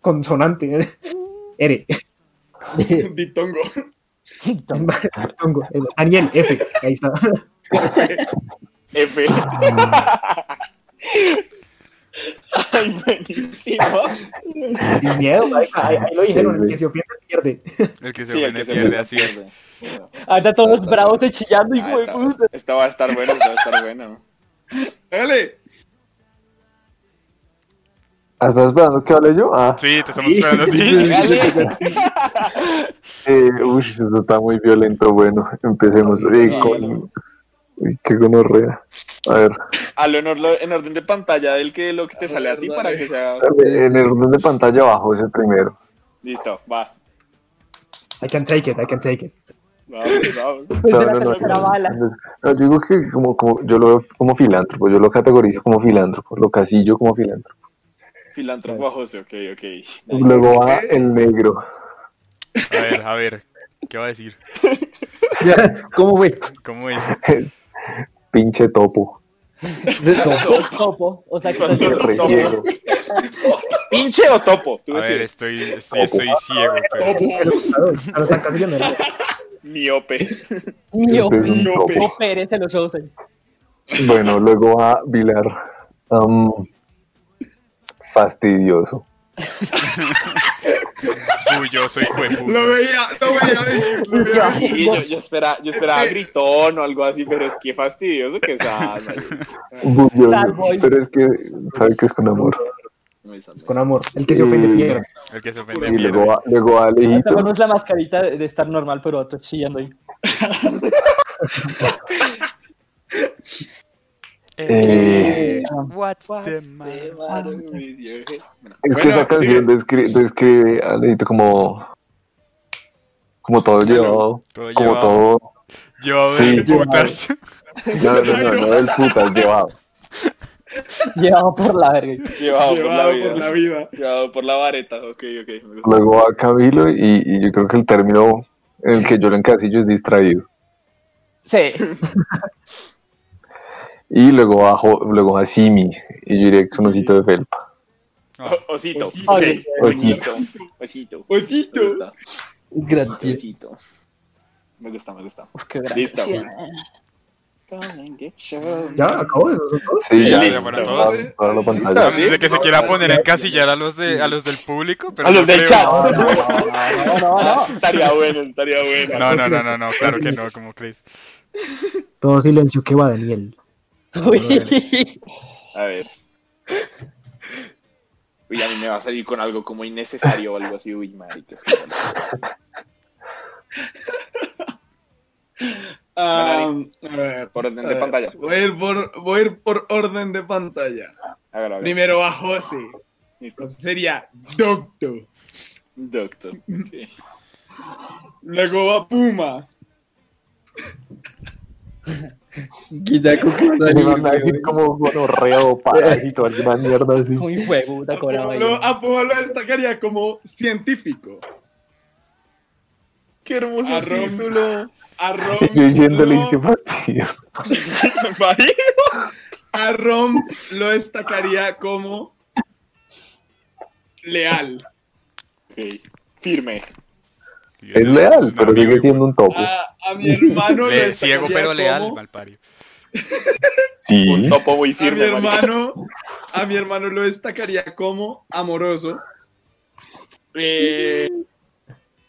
Speaker 2: Consonante. R.
Speaker 6: Diptongo.
Speaker 2: Tongo. Ariel, F. Ahí está.
Speaker 4: F. Ay, buenísimo.
Speaker 2: Sin miedo, ahí, ahí- ahí lo dijeron. El que se ofende pierde.
Speaker 5: El que se
Speaker 4: Sí, el
Speaker 5: ofende
Speaker 4: que se
Speaker 5: pierde,
Speaker 4: pierde.
Speaker 5: así es.
Speaker 8: Ahorita todos bravos y pues, chillando,
Speaker 4: Ah, esta,
Speaker 8: hijueputa.
Speaker 4: esta va a estar bueno, esta va a estar bueno.
Speaker 6: Dale.
Speaker 7: ¿Ah, ¿Estás esperando que hable yo? Ah,
Speaker 5: Sí, te estamos esperando a ti.
Speaker 7: eh, uy, esto está muy violento. Bueno, empecemos eh, con... Uy, qué gonorrea. A ver,
Speaker 4: Al honor, en orden de pantalla, el que lo que te sale a ti para que sea.
Speaker 7: en el orden de pantalla abajo es el primero.
Speaker 4: Listo, va.
Speaker 2: I can take it, I can take it.
Speaker 4: Vamos, vamos.
Speaker 8: Después de la
Speaker 7: No, no, no,
Speaker 8: tercera
Speaker 7: no,
Speaker 8: bala.
Speaker 7: no, no, yo digo que como, como- yo lo veo como filántropo, yo lo categorizo como filántropo, lo casillo como filántropo.
Speaker 4: Filántropo a José, ok, ok.
Speaker 7: Luego va el negro.
Speaker 5: A ver, a ver. ¿Qué va a decir?
Speaker 9: Ya, ¿Cómo fue?
Speaker 5: ¿Cómo es?
Speaker 7: Pinche topo.
Speaker 8: Topo. O sea, que
Speaker 4: Topo.
Speaker 8: estás
Speaker 7: Pinche
Speaker 4: Topo.
Speaker 7: rejego.
Speaker 4: ¿Pinche o topo? Tú
Speaker 5: A ver,
Speaker 4: decides.
Speaker 5: estoy, estoy, estoy ciego, pero.
Speaker 2: Pero, claro, claro, están casi ganando.
Speaker 4: Miope.
Speaker 8: miope.
Speaker 7: Este es un
Speaker 6: miope.
Speaker 7: topo.
Speaker 8: O Pérez se los ojos ahí.
Speaker 7: Bueno, luego va Vilar. Am, fastidioso.
Speaker 5: Uy, yo soy jueputa.
Speaker 6: Lo veía, lo veía venir, lo veía venir.
Speaker 4: Sí, yo, yo, espera, yo esperaba gritón o algo así, pero es que fastidioso que está.
Speaker 7: Bulloso.
Speaker 8: Salvo ahí.
Speaker 7: Pero es que sabe que es con amor. Eh,
Speaker 2: Es con amor. El que se ofende pierde.
Speaker 5: El que se ofende
Speaker 7: Y luego
Speaker 5: pierde.
Speaker 7: va, luego va
Speaker 8: Ahorita
Speaker 7: Alejito.
Speaker 8: ponemos la mascarita de de estar normal, pero otro chillando ahí.
Speaker 7: Eh,
Speaker 5: What's the
Speaker 4: Ay,
Speaker 5: matter?
Speaker 4: madre, mi Dios. Bueno,
Speaker 7: Es que
Speaker 6: Bueno,
Speaker 7: esa canción descri- describe a Alejito como, Como todo llevado.
Speaker 5: Todo
Speaker 7: Como
Speaker 5: llevado.
Speaker 7: todo.
Speaker 5: Llevado
Speaker 7: Sí,
Speaker 5: de
Speaker 7: llevado.
Speaker 5: putas.
Speaker 7: No, no, no, no, el putas llevado.
Speaker 8: Llevado por la verga.
Speaker 4: Llevado,
Speaker 6: Llevado
Speaker 4: por la vida.
Speaker 6: vida.
Speaker 4: Llevado por la vareta. Ok, ok. me gusta.
Speaker 7: Luego a Camilo y, y yo creo que el término en el que yo lo encasillo es distraído.
Speaker 8: Sí.
Speaker 7: Y luego a, Jo- luego a Simi y yo diría que es un osito de felpa.
Speaker 5: Ah,
Speaker 4: O- Osito.
Speaker 6: Osito.
Speaker 4: ok,
Speaker 7: Osito.
Speaker 4: Osito.
Speaker 6: Pues
Speaker 4: Me
Speaker 6: Otito.
Speaker 4: gusta.
Speaker 9: Gracias.
Speaker 4: Osito. Me gusta, me gusta.
Speaker 8: Uf, qué
Speaker 4: Listo.
Speaker 8: gracia.
Speaker 4: Come and get your-
Speaker 2: Ya, acabó eso. ¿Son todos?
Speaker 7: Sí, ya.
Speaker 5: ya fueron todos.
Speaker 7: Ahora- ahora la pantalla.
Speaker 4: Listo, sí.
Speaker 5: De que se quiera poner a encasillar a los, de, a los del público. Pero
Speaker 4: A los
Speaker 5: no
Speaker 4: del
Speaker 5: creo.
Speaker 4: chat.
Speaker 8: No, no, no, no, no.
Speaker 4: Estaría bueno, estaría bueno.
Speaker 5: No, no, no, no, no, claro que no, como Chris.
Speaker 2: Todo silencio, ¿qué va, Daniel?
Speaker 8: Uy.
Speaker 4: A ver. Uy, a mí me va a salir con algo como innecesario o algo así. Uy, marica. Es que no.
Speaker 6: Ah, a ver.
Speaker 4: Por orden
Speaker 6: a
Speaker 4: de
Speaker 6: ver.
Speaker 4: pantalla.
Speaker 6: Voy a ir por, voy a ir por orden de pantalla.
Speaker 4: Hágalo, hágalo.
Speaker 6: Primero a José.
Speaker 4: Listo.
Speaker 6: Entonces sería Doctor.
Speaker 4: Doctor. Ok.
Speaker 6: Luego va Puma.
Speaker 9: Guidaco, ¿qué tal?
Speaker 7: Me van a decir como gonorrea o parásito, alguna mierda así.
Speaker 8: Muy huevuda,
Speaker 6: A
Speaker 8: cola,
Speaker 6: Puma,
Speaker 8: güey.
Speaker 6: lo, a Puma lo destacaría como científico.
Speaker 4: Qué hermoso
Speaker 6: A Ron.
Speaker 4: título.
Speaker 6: A Rom,
Speaker 7: Yo diciéndole que
Speaker 6: lo,
Speaker 7: fastidios.
Speaker 4: Marica.
Speaker 6: a Rom lo destacaría como leal.
Speaker 4: Ok. Firme.
Speaker 7: Es leal, pero sigue siendo un topo.
Speaker 6: A, a mi hermano lo
Speaker 5: Le-
Speaker 6: destacaría
Speaker 5: ciego pero leal,
Speaker 6: como-
Speaker 5: malpario.
Speaker 7: Sí.
Speaker 4: Un topo muy
Speaker 6: A mi
Speaker 4: firme. marica.
Speaker 6: hermano, a mi hermano lo destacaría como amoroso. Eh,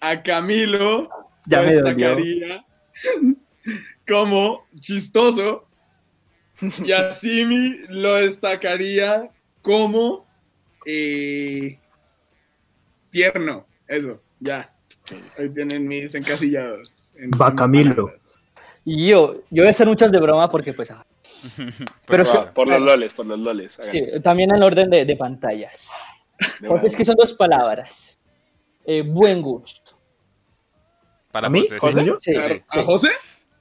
Speaker 6: a Camilo
Speaker 8: Ya
Speaker 6: lo
Speaker 8: me dolió.
Speaker 6: destacaría como chistoso. Y a Simi lo destacaría como eh, tierno. Eso, ya. Ahí tienen mis encasillados. En-
Speaker 2: Va
Speaker 6: en
Speaker 2: Camilo.
Speaker 6: palabras.
Speaker 8: Y Yo, yo voy a hacer muchas de broma porque, pues, ajá. Pero es que-
Speaker 4: Pues Va, por los loles, por los loles.
Speaker 8: Sí, también en orden de, de pantallas.
Speaker 4: Hágale.
Speaker 8: Porque es que son dos palabras. Eh, buen gusto.
Speaker 5: Para
Speaker 2: ¿A mí?
Speaker 5: José, sí.
Speaker 2: ¿José yo?
Speaker 8: Sí,
Speaker 5: Sí.
Speaker 6: ¿A José?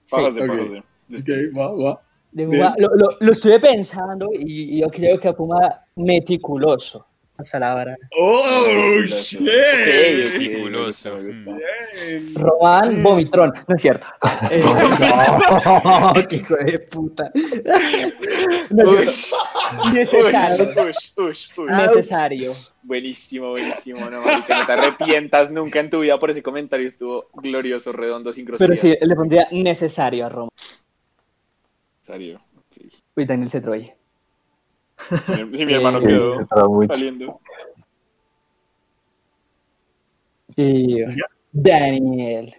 Speaker 8: sí.
Speaker 4: Pájase,
Speaker 6: ok.
Speaker 4: pájase.
Speaker 6: Ok,
Speaker 4: Listo, listo.
Speaker 6: va, va.
Speaker 8: De
Speaker 6: Bien.
Speaker 8: Puma- lo, lo- lo estuve pensando y, y yo creo que a Puma meticuloso. Esa palabra.
Speaker 6: ¡Oh,
Speaker 4: Ok,
Speaker 6: shit!
Speaker 4: ok,
Speaker 5: Meticuloso.
Speaker 4: me gusta, me gusta.
Speaker 6: Bien. Mm.
Speaker 8: Román Vomitrón, no es cierto. Eh,
Speaker 9: No, qué hijo de puta.
Speaker 8: no es cierto. Necesario.
Speaker 4: Ush, ush, ush.
Speaker 8: Necesario.
Speaker 4: Ah, Buenísimo, buenísimo. No, marica, no te arrepientas nunca en tu vida por ese comentario. Estuvo glorioso, redondo, sin
Speaker 8: Pero
Speaker 4: groserías.
Speaker 8: sí, le pondría necesario a Román.
Speaker 4: Serio, ok.
Speaker 8: Uy, Daniel se troye.
Speaker 4: Si mi, si mi hermano
Speaker 8: Eh, Sí,
Speaker 7: Sí, se
Speaker 4: quedó
Speaker 7: traba mucho.
Speaker 4: saliendo.
Speaker 8: Y Daniel.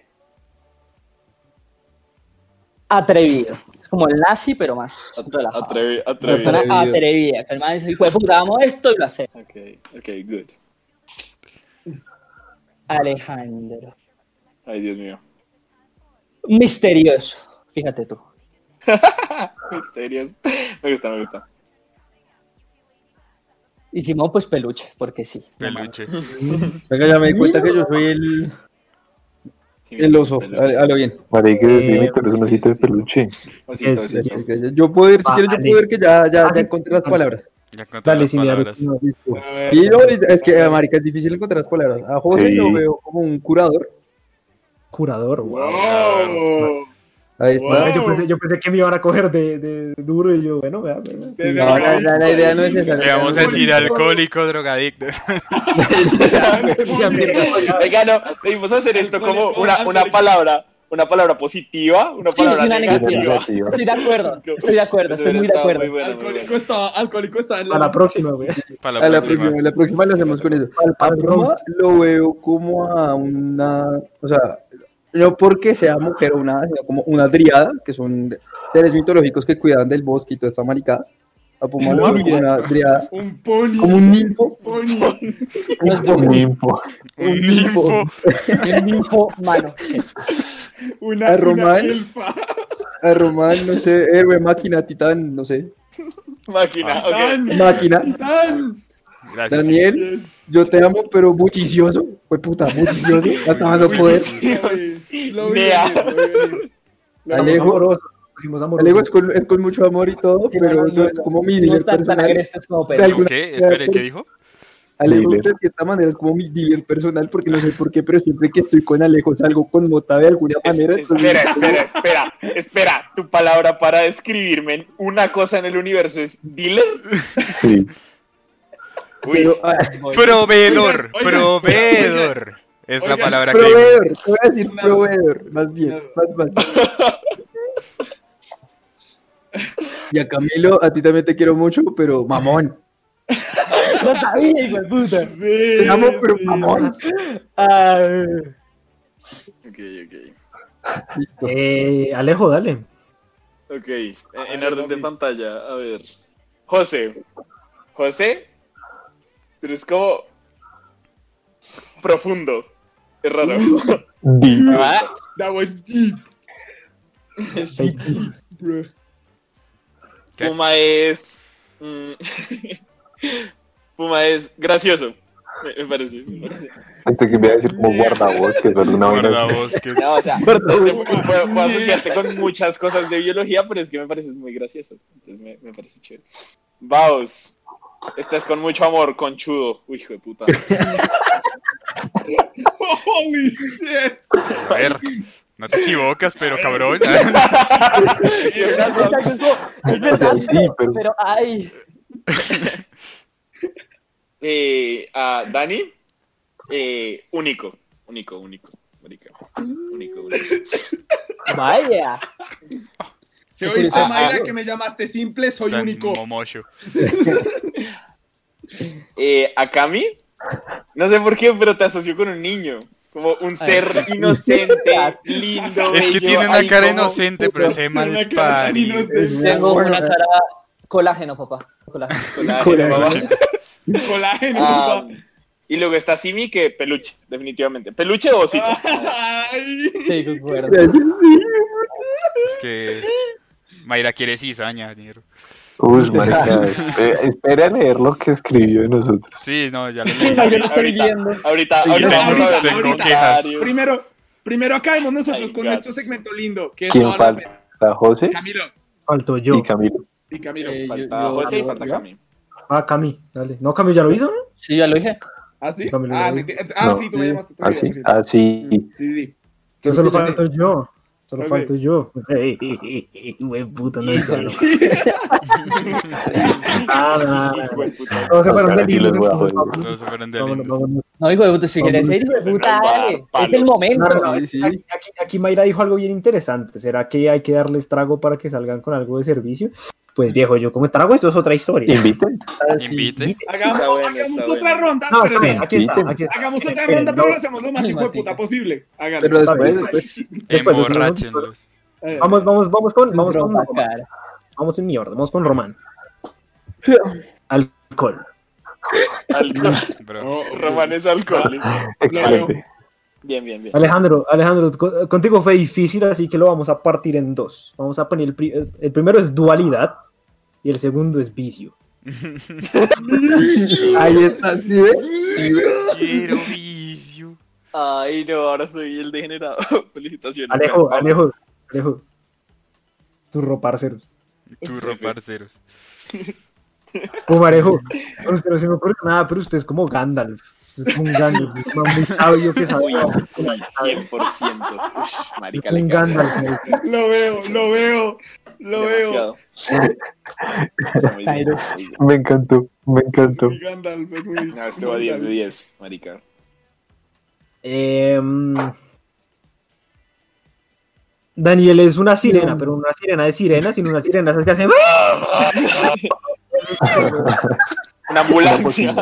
Speaker 8: Atrevido. Es como el nazi, pero más relajado.
Speaker 4: Atrevi,
Speaker 8: Una
Speaker 4: atrevi.
Speaker 8: persona
Speaker 4: Ok,
Speaker 9: Atrevido.
Speaker 8: atrevida. Que el man dice, "Hijo de puta, vamos a esto y lo hace.
Speaker 4: ok, good.
Speaker 8: Alejandro.
Speaker 4: Ay, Dios mío.
Speaker 8: Misterioso. Fíjate tú.
Speaker 4: Misterios. Me gusta, me gusta.
Speaker 8: Y Simón, pues peluche, porque sí.
Speaker 5: Peluche.
Speaker 9: Venga, ya me di cuenta que yo soy el,
Speaker 4: Sí,
Speaker 9: el oso.
Speaker 4: peluche.
Speaker 9: A, a lo bien.
Speaker 7: Marica,
Speaker 2: Eh,
Speaker 7: sí, pero es un osito de peluche.
Speaker 4: Osito,
Speaker 2: Es-
Speaker 4: osito.
Speaker 2: es-
Speaker 9: Yo puedo ir, si quieres, yo
Speaker 2: Vale.
Speaker 9: puedo ir que ya, ya,
Speaker 2: Vale.
Speaker 9: ya encontré las palabras.
Speaker 5: Ya encontré
Speaker 2: Dale,
Speaker 5: las
Speaker 2: sin
Speaker 5: palabras.
Speaker 9: Listo.
Speaker 6: A ver.
Speaker 9: Y yo, ahorita- es que, eh, marica, es difícil encontrar las palabras. A José
Speaker 7: Sí.
Speaker 9: lo veo como un curador.
Speaker 2: Curador, wow.
Speaker 6: ¡Wow!
Speaker 9: Ahí
Speaker 6: Wow.
Speaker 9: está.
Speaker 2: Ay, yo, pensé, yo pensé que me iban a coger de, de duro y yo, bueno, vea, vea,
Speaker 6: Te
Speaker 2: sí.
Speaker 9: No, no, no, la idea no es esa.
Speaker 5: Le vamos a decir
Speaker 6: Alcohólico.
Speaker 5: alcohólico, drogadicto.
Speaker 9: Ya, mierda.
Speaker 4: Oiga, no, debimos hacer esto como
Speaker 6: Alcohólico,
Speaker 4: una, una
Speaker 6: alcohólico.
Speaker 4: palabra, una palabra positiva, una
Speaker 8: Sí,
Speaker 4: palabra
Speaker 8: una
Speaker 4: negativa.
Speaker 8: negativa.
Speaker 7: Negativa.
Speaker 8: Estoy de acuerdo, estoy de acuerdo,
Speaker 4: Eso
Speaker 8: estoy muy de
Speaker 4: hubiera estado
Speaker 8: acuerdo.
Speaker 4: muy bueno, muy
Speaker 6: Alcohólico
Speaker 4: bueno.
Speaker 6: está, alcohólico está en
Speaker 2: A la próxima, güey.
Speaker 5: Para
Speaker 9: A
Speaker 5: la
Speaker 9: la
Speaker 5: próxima.
Speaker 9: próxima, la próxima lo hacemos con eso.
Speaker 2: Al-
Speaker 9: A
Speaker 2: al
Speaker 9: Roma
Speaker 2: roast.
Speaker 9: lo veo como a una, o sea, no porque sea mujer o nada, sino como una driada, que son seres mitológicos que cuidaban del bosque y toda esta maricada. A Puma lo veo como una driada,
Speaker 6: Un pony.
Speaker 9: como un nimbo,
Speaker 6: pony.
Speaker 7: Un nimpo.
Speaker 5: Un ninfo.
Speaker 8: El ninfo mano.
Speaker 6: Una,
Speaker 9: A
Speaker 6: una
Speaker 9: Román.
Speaker 6: elfa.
Speaker 9: a Román, no sé, héroe, máquina, titán, no sé,
Speaker 6: Ah,
Speaker 4: Máquina, ok.
Speaker 6: Titán.
Speaker 9: máquina,
Speaker 6: Titán.
Speaker 5: Gracias. sí.
Speaker 9: Daniel, yo te amo, pero bullicioso. Fue puta, bullicioso. Hasta no poder.
Speaker 6: Lo vi
Speaker 4: Vea.
Speaker 6: venir, lo vi venir.
Speaker 2: Somos
Speaker 9: Alejo.
Speaker 2: amorosos. Pusimos amorosos.
Speaker 9: Alejo es con, es con mucho amor y todo,
Speaker 8: Sí,
Speaker 9: pero
Speaker 8: no, no,
Speaker 9: tú eres
Speaker 8: no.
Speaker 9: como mi
Speaker 8: No
Speaker 9: dealer
Speaker 8: tan- tan
Speaker 9: personal.
Speaker 8: agrestes como
Speaker 9: De
Speaker 8: Pedro.
Speaker 9: alguna-
Speaker 5: ¿Qué? Espere, ¿qué dijo?
Speaker 9: Alejo,
Speaker 7: Dealer.
Speaker 9: de cierta manera, es como mi dealer personal, porque no sé por qué, pero siempre que estoy con Alejo salgo con Mota de alguna manera. Ah, entonces-
Speaker 4: Espera, espera, espera, espera. Tu palabra para describirme una cosa en el universo es dealer.
Speaker 7: Sí.
Speaker 4: Uy,
Speaker 9: pero, ah,
Speaker 5: Proveedor.
Speaker 6: Oigan, oigan,
Speaker 5: proveedor. Es la
Speaker 6: oigan,
Speaker 5: palabra que dijo.
Speaker 9: ah, proveedor, te voy a decir proveedor, más bien, más, más. Y a Camilo, a ti también te quiero mucho, pero mamón.
Speaker 8: No sabía, hijo de puta.
Speaker 6: Sí,
Speaker 9: Te amo, pero
Speaker 6: sí.
Speaker 9: mamón.
Speaker 8: Ay.
Speaker 4: Ok, ok.
Speaker 9: Listo.
Speaker 2: Eh, Alejo, dale.
Speaker 4: Ok, en, en orden de pantalla, a ver. José. José. Pero es como. Profundo. Es raro.
Speaker 7: Di.
Speaker 4: Ah,
Speaker 6: That was deep. That's deep, bro.
Speaker 5: ¿Qué?
Speaker 4: Puma es. mm, Puma es gracioso. Me, me parece. me parece.
Speaker 7: Esto que me iba a decir como guardabosques o alguna vaina. así.
Speaker 5: Guardabosques.
Speaker 4: No, o sea,
Speaker 9: Perdón,
Speaker 4: Voy a asociarte con muchas cosas de biología, pero es que me pareces muy gracioso. Entonces me, me parece chévere. Vaos. Estás con mucho amor, conchudo. Uy, hijo de puta.
Speaker 6: Holy shit.
Speaker 5: A ver, no te equivocas, pero cabrón.
Speaker 8: Exacto, es como, es
Speaker 7: O sea,
Speaker 8: verdad,
Speaker 7: sí,
Speaker 8: pero,
Speaker 7: pero-
Speaker 8: pero, ay.
Speaker 4: Eh, a Dani, eh, único. Único, único. marica. Único, único.
Speaker 8: Vaya.
Speaker 6: ¿Se oíste,
Speaker 4: Ah,
Speaker 6: Mayra,
Speaker 4: ah.
Speaker 6: que me llamaste simple? Soy
Speaker 5: Tan
Speaker 6: único.
Speaker 5: momosho.
Speaker 4: Eh, a Cami, no sé por qué, pero te asoció con un niño. Como un ser inocente, lindo.
Speaker 5: Es que
Speaker 4: bello,
Speaker 5: tiene una
Speaker 4: ahí
Speaker 5: cara
Speaker 4: como-
Speaker 5: inocente, pero se ve
Speaker 6: Tiene una
Speaker 5: mal
Speaker 6: cara tan inocente.
Speaker 8: Tengo
Speaker 9: Bueno,
Speaker 8: una
Speaker 9: eh.
Speaker 8: cara colágeno, papá. Colágeno.
Speaker 4: Colágeno,
Speaker 9: Colágeno.
Speaker 4: papá.
Speaker 6: Colágeno,
Speaker 4: Ah,
Speaker 6: papá.
Speaker 4: y luego está Simi, que peluche, definitivamente. Peluche o osito.
Speaker 6: Ay.
Speaker 8: Sí, concuerdo.
Speaker 5: Es que Mayra quiere cizaña, dinero.
Speaker 7: Uy, marica. eh, espera a leer lo que escribió de nosotros.
Speaker 5: Sí, no, ya lo leí.
Speaker 8: Ay, yo lo estoy
Speaker 4: ahorita,
Speaker 8: viendo.
Speaker 4: Ahorita,
Speaker 9: Tengo-
Speaker 4: ahorita. vamos a ver
Speaker 6: tengo
Speaker 4: los
Speaker 5: quejas.
Speaker 4: comentarios.
Speaker 6: Primero, primero acabemos nosotros
Speaker 4: Ay,
Speaker 6: con
Speaker 4: gatos.
Speaker 6: nuestro segmento lindo, que es
Speaker 7: ¿Quién
Speaker 6: ahora-
Speaker 7: falta? ¿José
Speaker 6: Camilo.
Speaker 2: Falto yo.
Speaker 7: y Camilo?
Speaker 6: Y Camilo.
Speaker 8: Eh,
Speaker 4: Falta
Speaker 8: yo- yo-
Speaker 4: José y
Speaker 8: yo-
Speaker 4: falta
Speaker 8: yo-
Speaker 4: Cami.
Speaker 2: Ah, Cami, dale. No, Cami ya lo hizo, ¿no?
Speaker 8: Sí, ya lo dije.
Speaker 6: ¿Ah, sí?
Speaker 2: Camilo,
Speaker 6: Ah,
Speaker 2: ¿no?
Speaker 6: me- ah,
Speaker 7: No. Ah.
Speaker 6: sí, tú me llamaste. tú me
Speaker 7: Así,
Speaker 6: llamaste.
Speaker 7: así.
Speaker 6: Sí, sí.
Speaker 2: Yo solo falto yo. Solo
Speaker 6: Ok.
Speaker 2: falto yo. Buen puto, no yo, no. Ah,
Speaker 4: Hijo de puta.
Speaker 2: Todos se
Speaker 7: O sea,
Speaker 2: fueron
Speaker 7: ahora sí
Speaker 2: felices.
Speaker 7: los voy a joder.
Speaker 5: Todos se fueron de
Speaker 2: Vámonos,
Speaker 5: lindos.
Speaker 2: vámonos.
Speaker 8: No, hijo de puta, si quieres ser hijo de puta, dale. Es el momento.
Speaker 2: No, no, no,
Speaker 9: Sí, sí.
Speaker 2: Aquí, aquí- aquí Mayra dijo algo bien interesante. ¿Será que hay que darles trago para que salgan con algo de servicio? Pues viejo, yo como trago eso es otra historia.
Speaker 7: Inviten.
Speaker 9: ah,
Speaker 5: Invite.
Speaker 6: Hagamos,
Speaker 4: Está bueno,
Speaker 6: hagamos
Speaker 4: está
Speaker 6: otra
Speaker 4: bueno.
Speaker 6: ronda.
Speaker 2: No,
Speaker 6: pero
Speaker 2: está bien,
Speaker 6: hagamos-
Speaker 2: aquí está, aquí está.
Speaker 6: Hagamos otra
Speaker 2: Esperen,
Speaker 6: ronda,
Speaker 2: no,
Speaker 6: pero lo hacemos lo más hijo de
Speaker 8: Matica.
Speaker 6: puta posible. Háganlo.
Speaker 9: Pero
Speaker 2: está bien.
Speaker 9: después, después.
Speaker 2: Después, después,
Speaker 5: Emborráchenlos.
Speaker 6: Eh,
Speaker 2: Vamos, vamos, vamos con, vamos con,
Speaker 8: Ropa, cara.
Speaker 2: vamos en mi orden, vamos con Román. Alcohol.
Speaker 4: Alcohol.
Speaker 5: Bro.
Speaker 6: oh,
Speaker 4: Román es alcohólico.
Speaker 7: Excelente.
Speaker 4: Bien, bien, bien.
Speaker 2: Alejandro, Alejandro, co- contigo fue difícil, así que lo vamos a partir en dos. Vamos a poner el, pri- el- el primero es dualidad y el segundo es vicio.
Speaker 9: Ahí está, ¿sí ve? ¿Sí ve?
Speaker 5: Quiero vicio.
Speaker 4: Ay, no, ahora soy el degenerado. Felicitaciones.
Speaker 2: Alejo,
Speaker 4: Vamos.
Speaker 2: Alejo, Alejo. Turro parceros.
Speaker 5: Turro, parceros.
Speaker 2: Como Alejo, a usted no se me ocurre nada, pero usted es como Gandalf. Usted es como un Gandalf, es un man muy sabio que sabe.
Speaker 4: Uy, uy, 100%. Ush, marica,
Speaker 2: Un
Speaker 4: le cago.
Speaker 2: Gandalf. marica.
Speaker 6: Lo veo, lo veo, lo veo.
Speaker 4: Demasiado. Está muy bien,
Speaker 8: Cairo.
Speaker 4: está muy bien.
Speaker 7: Me encantó, me encantó.
Speaker 6: Mi Gandalf es muy-
Speaker 4: No, este va 10 de 10, marica.
Speaker 2: Em, Daniel es una sirena, pero una sirena de sirena, sino una sirena esas que hacen.
Speaker 4: Una
Speaker 2: pues
Speaker 4: ambulancia.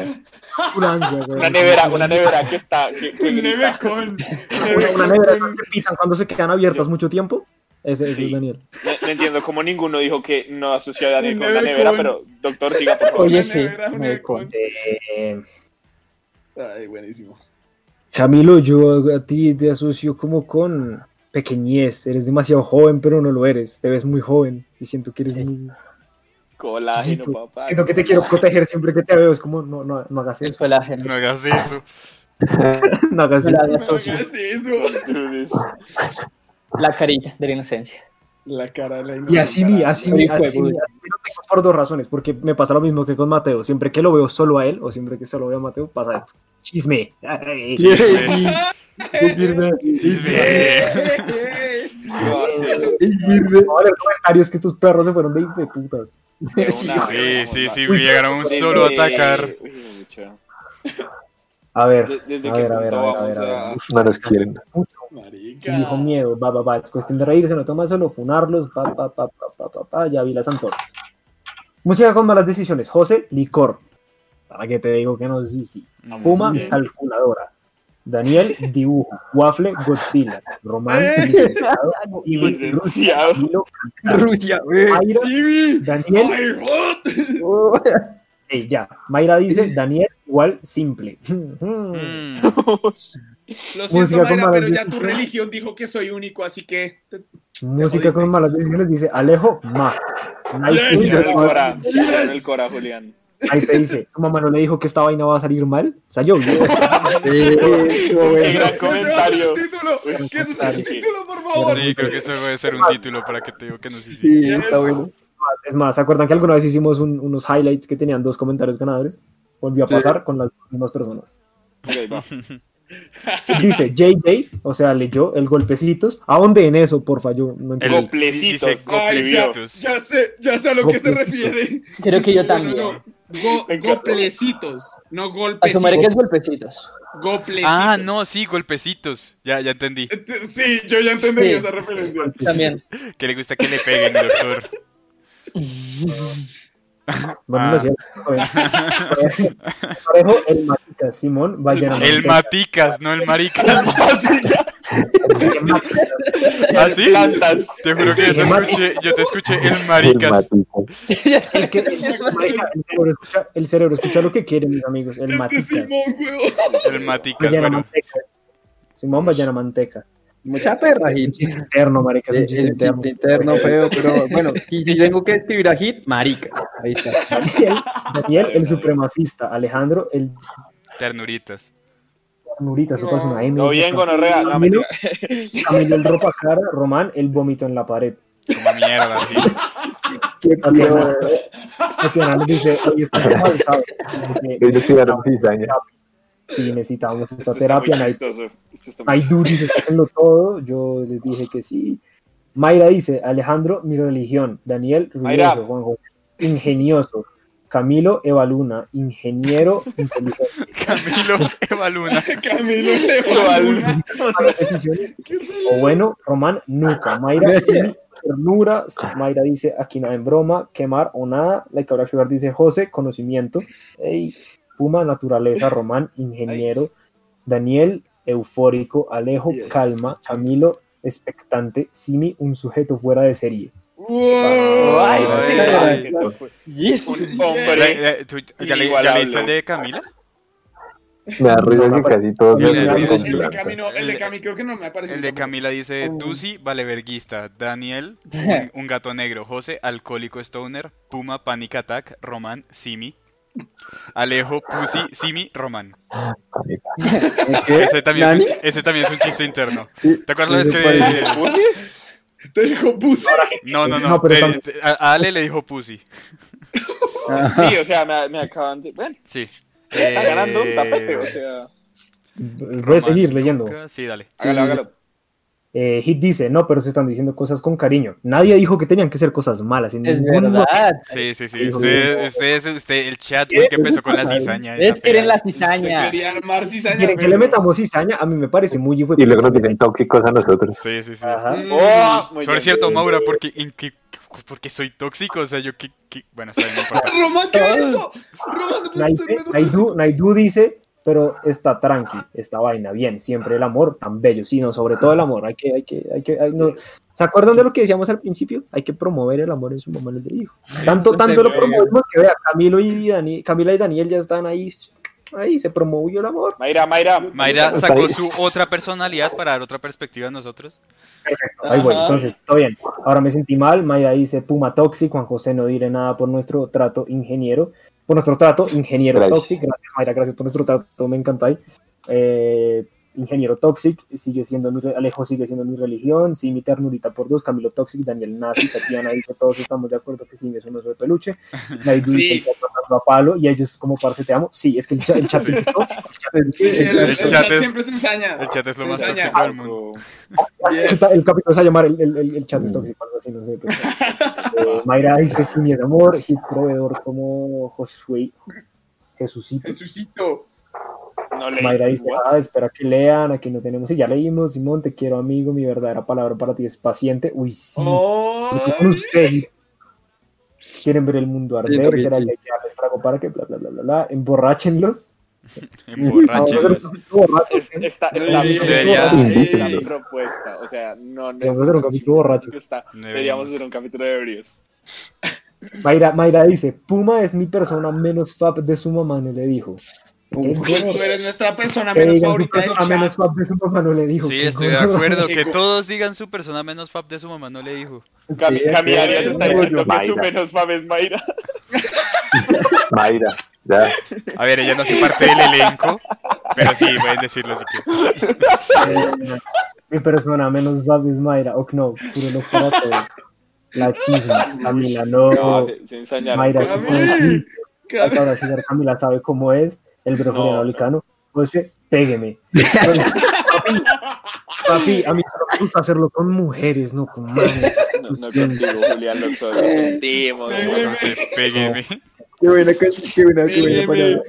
Speaker 2: ambulancia, güey.
Speaker 4: Una nevera, una nevera que está. Que, que
Speaker 6: Un
Speaker 4: grita.
Speaker 6: neve con.
Speaker 2: Una,
Speaker 6: neve
Speaker 2: una
Speaker 6: con-
Speaker 2: nevera esas que pitan cuando se quedan abiertas mucho tiempo. Ese, ese
Speaker 4: Sí.
Speaker 2: es Daniel.
Speaker 4: No, no entiendo cómo ninguno dijo que no asoció a Daniel
Speaker 6: Un
Speaker 4: con la
Speaker 6: neve
Speaker 4: nevera,
Speaker 6: con-
Speaker 4: pero doctor, siga por favor.
Speaker 8: Oye,
Speaker 6: una
Speaker 8: sí,
Speaker 6: nevera, un
Speaker 8: me
Speaker 6: neve
Speaker 8: con-
Speaker 4: Em,
Speaker 2: Eh,
Speaker 6: Ay, buenísimo.
Speaker 2: Camilo, yo a ti te asocio como con pequeñez. Eres demasiado joven, pero no lo eres. Te ves muy joven y siento que eres muy.
Speaker 4: Colágeno,
Speaker 2: Chiquito,
Speaker 4: papá.
Speaker 2: Siento que te quiero proteger siempre que te veo. Es como, no, no, no hagas
Speaker 8: El
Speaker 2: eso.
Speaker 8: colágeno.
Speaker 5: No hagas eso.
Speaker 2: No hagas eso.
Speaker 8: La, la,
Speaker 6: No hagas eso.
Speaker 8: la carita de la inocencia.
Speaker 6: La cara de la
Speaker 2: Y así mi,
Speaker 6: inocente.
Speaker 2: así mi,
Speaker 8: Oye,
Speaker 2: así
Speaker 8: juego,
Speaker 2: mi-
Speaker 8: güey.
Speaker 2: así mi lo tengo por dos razones, porque me pasa lo mismo que con Mateo. Siempre que lo veo solo a él, o siempre que solo veo a Mateo, pasa esto. Chisme. Ay, Ahora los comentarios que estos perros se fueron de, de putas.
Speaker 5: Sí, sí, sí, llegaron a un solo a atacar.
Speaker 2: A ver,
Speaker 4: Desde
Speaker 2: a
Speaker 4: qué
Speaker 2: ver, a ver,
Speaker 4: punto
Speaker 2: a ver, a
Speaker 4: vamos
Speaker 2: ver, a
Speaker 4: a.
Speaker 2: ver.
Speaker 7: No los quieren.
Speaker 6: Marica.
Speaker 2: Dijo miedo, va, va, va, es cuestión de reírse, no toma solo funarlos, pa, pa, pa, pa, pa, pa, pa, ya vi las antorchas. Música con malas decisiones, José, licor. Para que te digo que no, sí, sí. Puma,
Speaker 4: Bien.
Speaker 2: calculadora. Daniel, dibujo. Waffle, Godzilla. Román,
Speaker 6: Eh.
Speaker 2: licenciado. Ibi, Rusia,
Speaker 4: Licenciado.
Speaker 2: Milo,
Speaker 9: Rusia, güey.
Speaker 2: Mayra,
Speaker 6: Sí, mi.
Speaker 2: Daniel,
Speaker 6: Ay, what?
Speaker 9: Oh,
Speaker 2: eh, ya. Mayra dice, Daniel, igual, simple.
Speaker 5: Mm,
Speaker 6: Lo
Speaker 2: Música
Speaker 6: siento,
Speaker 2: con
Speaker 6: Mayra, pero ya
Speaker 2: maldición.
Speaker 6: tu religión dijo que soy único, así que.
Speaker 2: Música
Speaker 6: jodiste.
Speaker 2: con malas decisiones dice, Alejo, más. Ahí te
Speaker 6: Yes.
Speaker 2: dice,
Speaker 4: Tiro el Cora,
Speaker 6: Yes.
Speaker 4: tiro el Cora, Julián.
Speaker 2: ahí te dice, tu mamá no le dijo que esta vaina va a salir mal. Salió bien.
Speaker 9: eh, oh,
Speaker 4: Qué
Speaker 9: güey.
Speaker 4: gran comentario.
Speaker 6: ¿Qué es el título? ¿Qué es el
Speaker 2: comentario.
Speaker 6: título, por favor?
Speaker 5: Sí, creo que eso debe ser un título para que te digo que no sí, sí.
Speaker 9: Sí, está bueno.
Speaker 2: más. Es más, ¿se acuerdan que alguna vez hicimos un- unos highlights que tenían dos comentarios ganadores? Volvió a
Speaker 9: Sí.
Speaker 2: pasar con las mismas personas.
Speaker 4: Ok, va.
Speaker 2: Dice JJ, o sea, leyó el golpecitos. ¿A dónde en eso, porfa? Yo no
Speaker 5: El-
Speaker 2: entiendo.
Speaker 4: Goplecitos.
Speaker 5: dice
Speaker 6: Ay, ya,
Speaker 5: goplecitos.
Speaker 6: ya sé, ya sé a lo que se refiere.
Speaker 8: Creo que yo
Speaker 6: No, no,
Speaker 8: también.
Speaker 6: no. Go-
Speaker 4: Me encanta.
Speaker 6: goplecitos, no
Speaker 8: A tu
Speaker 6: golpecitos.
Speaker 8: marica es golpecitos.
Speaker 6: Goplecitos.
Speaker 5: Ah, no, sí, golpecitos. Ya, ya entendí.
Speaker 6: Este, Sí, yo ya entendí
Speaker 8: Sí.
Speaker 6: esa referencia.
Speaker 8: También.
Speaker 5: Que le gusta que le peguen, doctor.
Speaker 2: Bueno, no es cierto, está bien. Parejo, el matica, Simón, vayan a
Speaker 5: El
Speaker 2: matica.
Speaker 5: maticas, no el maricas.
Speaker 2: El matica.
Speaker 5: ¿Ah, sí?
Speaker 4: Plantas.
Speaker 5: Te juro que yo te escuché, yo te escuché el
Speaker 7: El
Speaker 5: maricas.
Speaker 7: matiz.
Speaker 2: El que- marica, el cerebro escucha- el cerebro escucha lo que quiere, mis amigos. El
Speaker 6: Este
Speaker 2: matica.
Speaker 6: Simón, huevo.
Speaker 5: El maticas,
Speaker 2: Vayan a
Speaker 5: bueno.
Speaker 2: manteca. Simón, vayan a manteca.
Speaker 9: Mucha perra,
Speaker 2: Es un
Speaker 9: Hit.
Speaker 2: chiste interno, marica, es un
Speaker 9: Es
Speaker 2: chiste interno.
Speaker 9: eh, interno feo, pero bueno, si, si tengo que escribir a Hit, marica. Ahí está.
Speaker 2: Daniel, Daniel, el supremacista. Alejandro, el
Speaker 5: Ternuritas.
Speaker 2: ternurita, eso pasa una M.
Speaker 4: No, bien, gonorrea. No,
Speaker 2: Camilo,
Speaker 4: mentira.
Speaker 2: Camilo, el ropa cara. Román, el vómito en la pared.
Speaker 5: Como mierda, sí.
Speaker 9: Qué
Speaker 2: Tatiana, Tatiana nos dice, hoy está mal, ¿sabes? Porque
Speaker 7: Ellos tiraron cizaña.
Speaker 2: si necesitamos esta
Speaker 4: Esto está muy
Speaker 2: terapia, Nai-
Speaker 4: chistoso. Esto está muy-
Speaker 2: Naidu dice, "Sáquenlo todo, yo les dije que sí. Mayra dice, Alejandro, mi religión. Daniel,
Speaker 4: Mayra.
Speaker 2: ruidoso. Juan José, ingenioso. Camilo, Evaluna, ingeniero, inteligente.
Speaker 5: Camilo Evaluna.
Speaker 6: Camilo le
Speaker 4: Lo
Speaker 6: va a
Speaker 4: al-
Speaker 6: una.
Speaker 2: malas decisiones. O bueno, Román, nunca. Mayra, sí, ternura. Mayra dice, aquí nada en broma, quemar o nada. La que Sugar dice, José, conocimiento. Ey, Puma, naturaleza. Román, ingeniero. Daniel, eufórico. Alejo,
Speaker 6: Yes.
Speaker 2: calma. Camilo, expectante. Simi, un sujeto fuera de serie.
Speaker 6: Wow.
Speaker 8: Ay,
Speaker 5: Ay,
Speaker 8: Yes.
Speaker 4: Un hombre.
Speaker 5: Ya- ya- ¿tú- ¿Ya le- ya leíste el de Camila?
Speaker 7: Me da risa que casi todos
Speaker 2: El-
Speaker 7: los
Speaker 2: el-
Speaker 7: miran con
Speaker 6: El de
Speaker 7: plata.
Speaker 6: Camino, el de Cami creo que no me ha parecido.
Speaker 5: El de Camila dice, Dusi, valeverguista, Daniel, un, un gato negro, José, alcohólico stoner, Puma, panic attack, Román, Simi, Alejo, Pussy, Simi, Román. Ese también, es un,
Speaker 9: ¿Nani?
Speaker 5: chi- ese también es un chiste interno. ¿Te acuerdas la vez que...
Speaker 6: Te dijo pussy.
Speaker 5: No, no, no.
Speaker 2: No, pero
Speaker 5: te-
Speaker 2: también-
Speaker 5: te- a a Ale le dijo Pussy.
Speaker 9: Ah,
Speaker 4: Sí, o sea, me, me acaban de. Bueno,
Speaker 5: Sí.
Speaker 4: está
Speaker 5: Eh,
Speaker 4: ganando un tapete, o sea.
Speaker 2: Voy a seguir leyendo.
Speaker 5: Sí, dale.
Speaker 4: Hágalo, hágalo.
Speaker 2: Eh, Hit dice, no, pero se están diciendo cosas con cariño. Nadie dijo que tenían que ser cosas malas. En
Speaker 8: Es
Speaker 2: ningún
Speaker 8: verdad.
Speaker 5: Sí, sí, sí.
Speaker 2: Hijo
Speaker 5: Usted, usted, es- usted, el chat fue el que empezó con la cizaña. y
Speaker 8: Ustedes quieren la
Speaker 5: pegada.
Speaker 8: cizaña.
Speaker 6: Quería armar cizaña.
Speaker 2: ¿Quieren que le
Speaker 6: pero-
Speaker 2: metamos cizaña? A mí me parece muy hijo de
Speaker 7: Y luego
Speaker 2: puta.
Speaker 7: nos dicen tóxicos a nosotros.
Speaker 5: Sí, sí, sí.
Speaker 2: Ajá.
Speaker 6: Mm.
Speaker 4: Oh, muy
Speaker 5: Por
Speaker 4: bien.
Speaker 5: cierto, Maura, porque en qué- porque soy tóxico, o sea, yo que, bueno, está bien, no importa.
Speaker 6: Román, ¿qué es eso? Román, no
Speaker 2: Naidu,
Speaker 6: estoy menos-
Speaker 2: Naidu- Naidu dice, pero está tranqui, esta vaina, bien, siempre el amor, tan bello, sino sobre todo el amor, hay que, hay que, hay que, hay- no. ¿Se acuerdan de lo que decíamos al principio? Hay que promover el amor en su momento de hijo. Tanto, tanto lo promovimos que vea, Camilo y Dani- Camila y Daniel ya están ahí Ahí se promovió el amor.
Speaker 4: Mayra, Mayra.
Speaker 5: Mayra sacó
Speaker 7: ahí.
Speaker 5: su otra personalidad para dar otra perspectiva a nosotros.
Speaker 2: Ahí voy,
Speaker 8: Ajá.
Speaker 2: entonces, todo bien. Ahora me sentí mal, Maya dice Puma Toxic, Juan José no diré nada por nuestro trato ingeniero, por nuestro trato ingeniero
Speaker 7: Gracias.
Speaker 2: Toxic, gracias Mayra, gracias por nuestro trato, me encantáis. Eh, ingeniero Toxic, sigue siendo mi, re- Alejo sigue siendo mi religión, sí, mi ternurita por dos, Camilo Toxic, Daniel Nazi, Tatiana dice, todos estamos de acuerdo que sí, es un oso de peluche, David dice,
Speaker 6: Sí.
Speaker 2: "Está tratando a palo, y ellos como parce te amo, sí, es que el, cha- el chat sí es tóxico,
Speaker 6: Sí, el,
Speaker 5: El
Speaker 6: el
Speaker 5: chat
Speaker 6: chat
Speaker 5: es-
Speaker 6: siempre se ensaña.
Speaker 5: El chat es lo más
Speaker 6: Ensaña.
Speaker 5: tóxico del mundo.
Speaker 6: Yes.
Speaker 2: el capítulo se va a llamar el, el- el- el chat es tóxico, algo así, no sé. pero- Eh, Mayra dice cine de amor, hit proveedor como Josué Jesucito.
Speaker 6: Jesucito.
Speaker 4: No leí.
Speaker 2: Mayra dice,
Speaker 4: What?
Speaker 2: ah, espera que lean, aquí no tenemos, y ya leímos, Simón, te quiero amigo, mi verdadera palabra para ti es paciente. Uy, sí,
Speaker 6: Oh,
Speaker 2: con usted. Quieren ver el mundo
Speaker 9: lo
Speaker 2: arder,
Speaker 9: que
Speaker 2: será
Speaker 9: sí.
Speaker 2: que hay que darles trago para que bla, bla, bla, bla, bla, emborráchenlos.
Speaker 5: Emborráchenlos.
Speaker 4: Es-
Speaker 2: Emborráchenlos.
Speaker 4: Esta es la,
Speaker 6: Debería-
Speaker 4: propuesta,
Speaker 6: Ey.
Speaker 4: la propuesta. O sea, no, no.
Speaker 2: Deberíamos
Speaker 4: es
Speaker 2: hacer un
Speaker 4: una
Speaker 2: capítulo borracho.
Speaker 4: propuesta.
Speaker 5: Deberíamos.
Speaker 4: Deberíamos hacer un capítulo de ebrios.
Speaker 2: Mayra, Mayra dice, Puma es mi persona menos fab de su mamá, no le dijo. Qué
Speaker 6: pues
Speaker 2: gordo.
Speaker 6: tú eres nuestra persona
Speaker 2: Que
Speaker 6: menos
Speaker 2: digan su
Speaker 6: favorita del
Speaker 2: persona menos
Speaker 6: chat.
Speaker 2: fab de su mamá, no le dijo.
Speaker 5: Sí,
Speaker 2: Qué
Speaker 5: estoy de
Speaker 2: gordo.
Speaker 5: acuerdo. Que
Speaker 6: Qué
Speaker 5: todos digan su persona menos fab de su mamá, no le dijo.
Speaker 4: Cami, Cami Arias está
Speaker 7: Orgullo.
Speaker 4: diciendo que su
Speaker 7: Mayra.
Speaker 4: menos fama es Mayra.
Speaker 7: Mayra, ya.
Speaker 5: A ver, ella no hace parte del elenco, pero sí, pueden decirlo si quieren.
Speaker 2: Eh, mi persona menos Bob es Mayra, ok no, puro lo para todos. La chisma, Camila no,
Speaker 4: No, se, se ensañaron.
Speaker 2: Mayra sí
Speaker 4: Cami.
Speaker 2: como la
Speaker 6: Cabe-
Speaker 2: Ahora sí, ya Camila sabe cómo es, el
Speaker 4: No,
Speaker 2: brujero
Speaker 4: no.
Speaker 2: americano, pues eh, pégueme. papi, papi, a mí solo me gusta hacerlo con mujeres, no con manes.
Speaker 4: No, no contigo, Julián, lo solo lo sentimos.
Speaker 6: Ay, güey.
Speaker 4: güey.
Speaker 5: No sé, pégueme.
Speaker 9: Qué buena, cosa, qué buena, qué buena
Speaker 6: Bien, bien.
Speaker 9: palabra.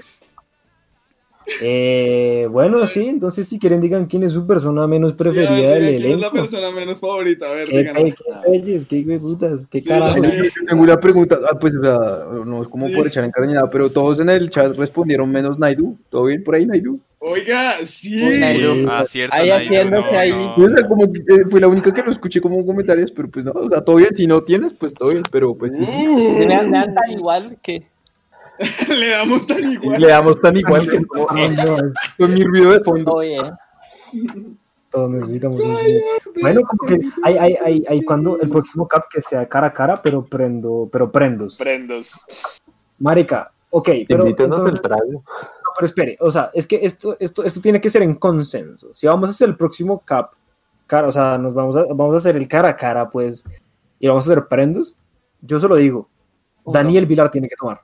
Speaker 2: Eh, bueno, sí, entonces si quieren digan quién es su persona menos preferida
Speaker 6: Ya,
Speaker 2: del
Speaker 6: diga, ¿Quién es la
Speaker 2: elenco.
Speaker 6: persona menos favorita? A ver,
Speaker 2: Qué
Speaker 6: digan.
Speaker 2: pe- qué pelles, qué hueputas, qué carajo.
Speaker 6: la-
Speaker 9: Yo Tengo una pregunta, ah, pues, o sea, no es como por echar en carne ni nada, pero todos en el chat respondieron menos Naidu. ¿Todo bien por ahí, Naidu?
Speaker 6: Oiga, sí.
Speaker 8: Uy, Naidu.
Speaker 5: Ah, cierto.
Speaker 8: Ahí
Speaker 5: Naidu,
Speaker 8: haciendo
Speaker 5: no,
Speaker 8: que ahí-
Speaker 5: no.
Speaker 9: Yo, o sea, como que, eh, fue la única que lo escuché como en comentarios, pero pues no, o sea, todo bien, si no tienes, pues todo bien, pero pues sí, sí.
Speaker 8: Me
Speaker 6: Uh,
Speaker 8: dan me dan tan igual que.
Speaker 6: le damos tan
Speaker 5: Mm.
Speaker 6: igual.
Speaker 9: le damos tan igual que no,
Speaker 2: Ah, no, es-
Speaker 9: con mi ruido de fondo.
Speaker 8: Oye,
Speaker 2: Todos necesitamos un cine. Bueno, como que hay, hay, hay, hay cuando el próximo cap que sea cara a cara, pero prendo, pero prendos.
Speaker 4: Prendos.
Speaker 2: Marica, ok, pero,
Speaker 7: Invítanos
Speaker 2: entonces-
Speaker 7: al trago.
Speaker 2: no, pero espere, o sea, es que esto, esto, esto tiene que ser en consenso. Si vamos a hacer el próximo cap, cara, o sea, nos vamos a, vamos a hacer el cara a cara, pues, y vamos a hacer prendos, yo se lo digo,
Speaker 8: Uno.
Speaker 2: Daniel Vilar tiene que tomar.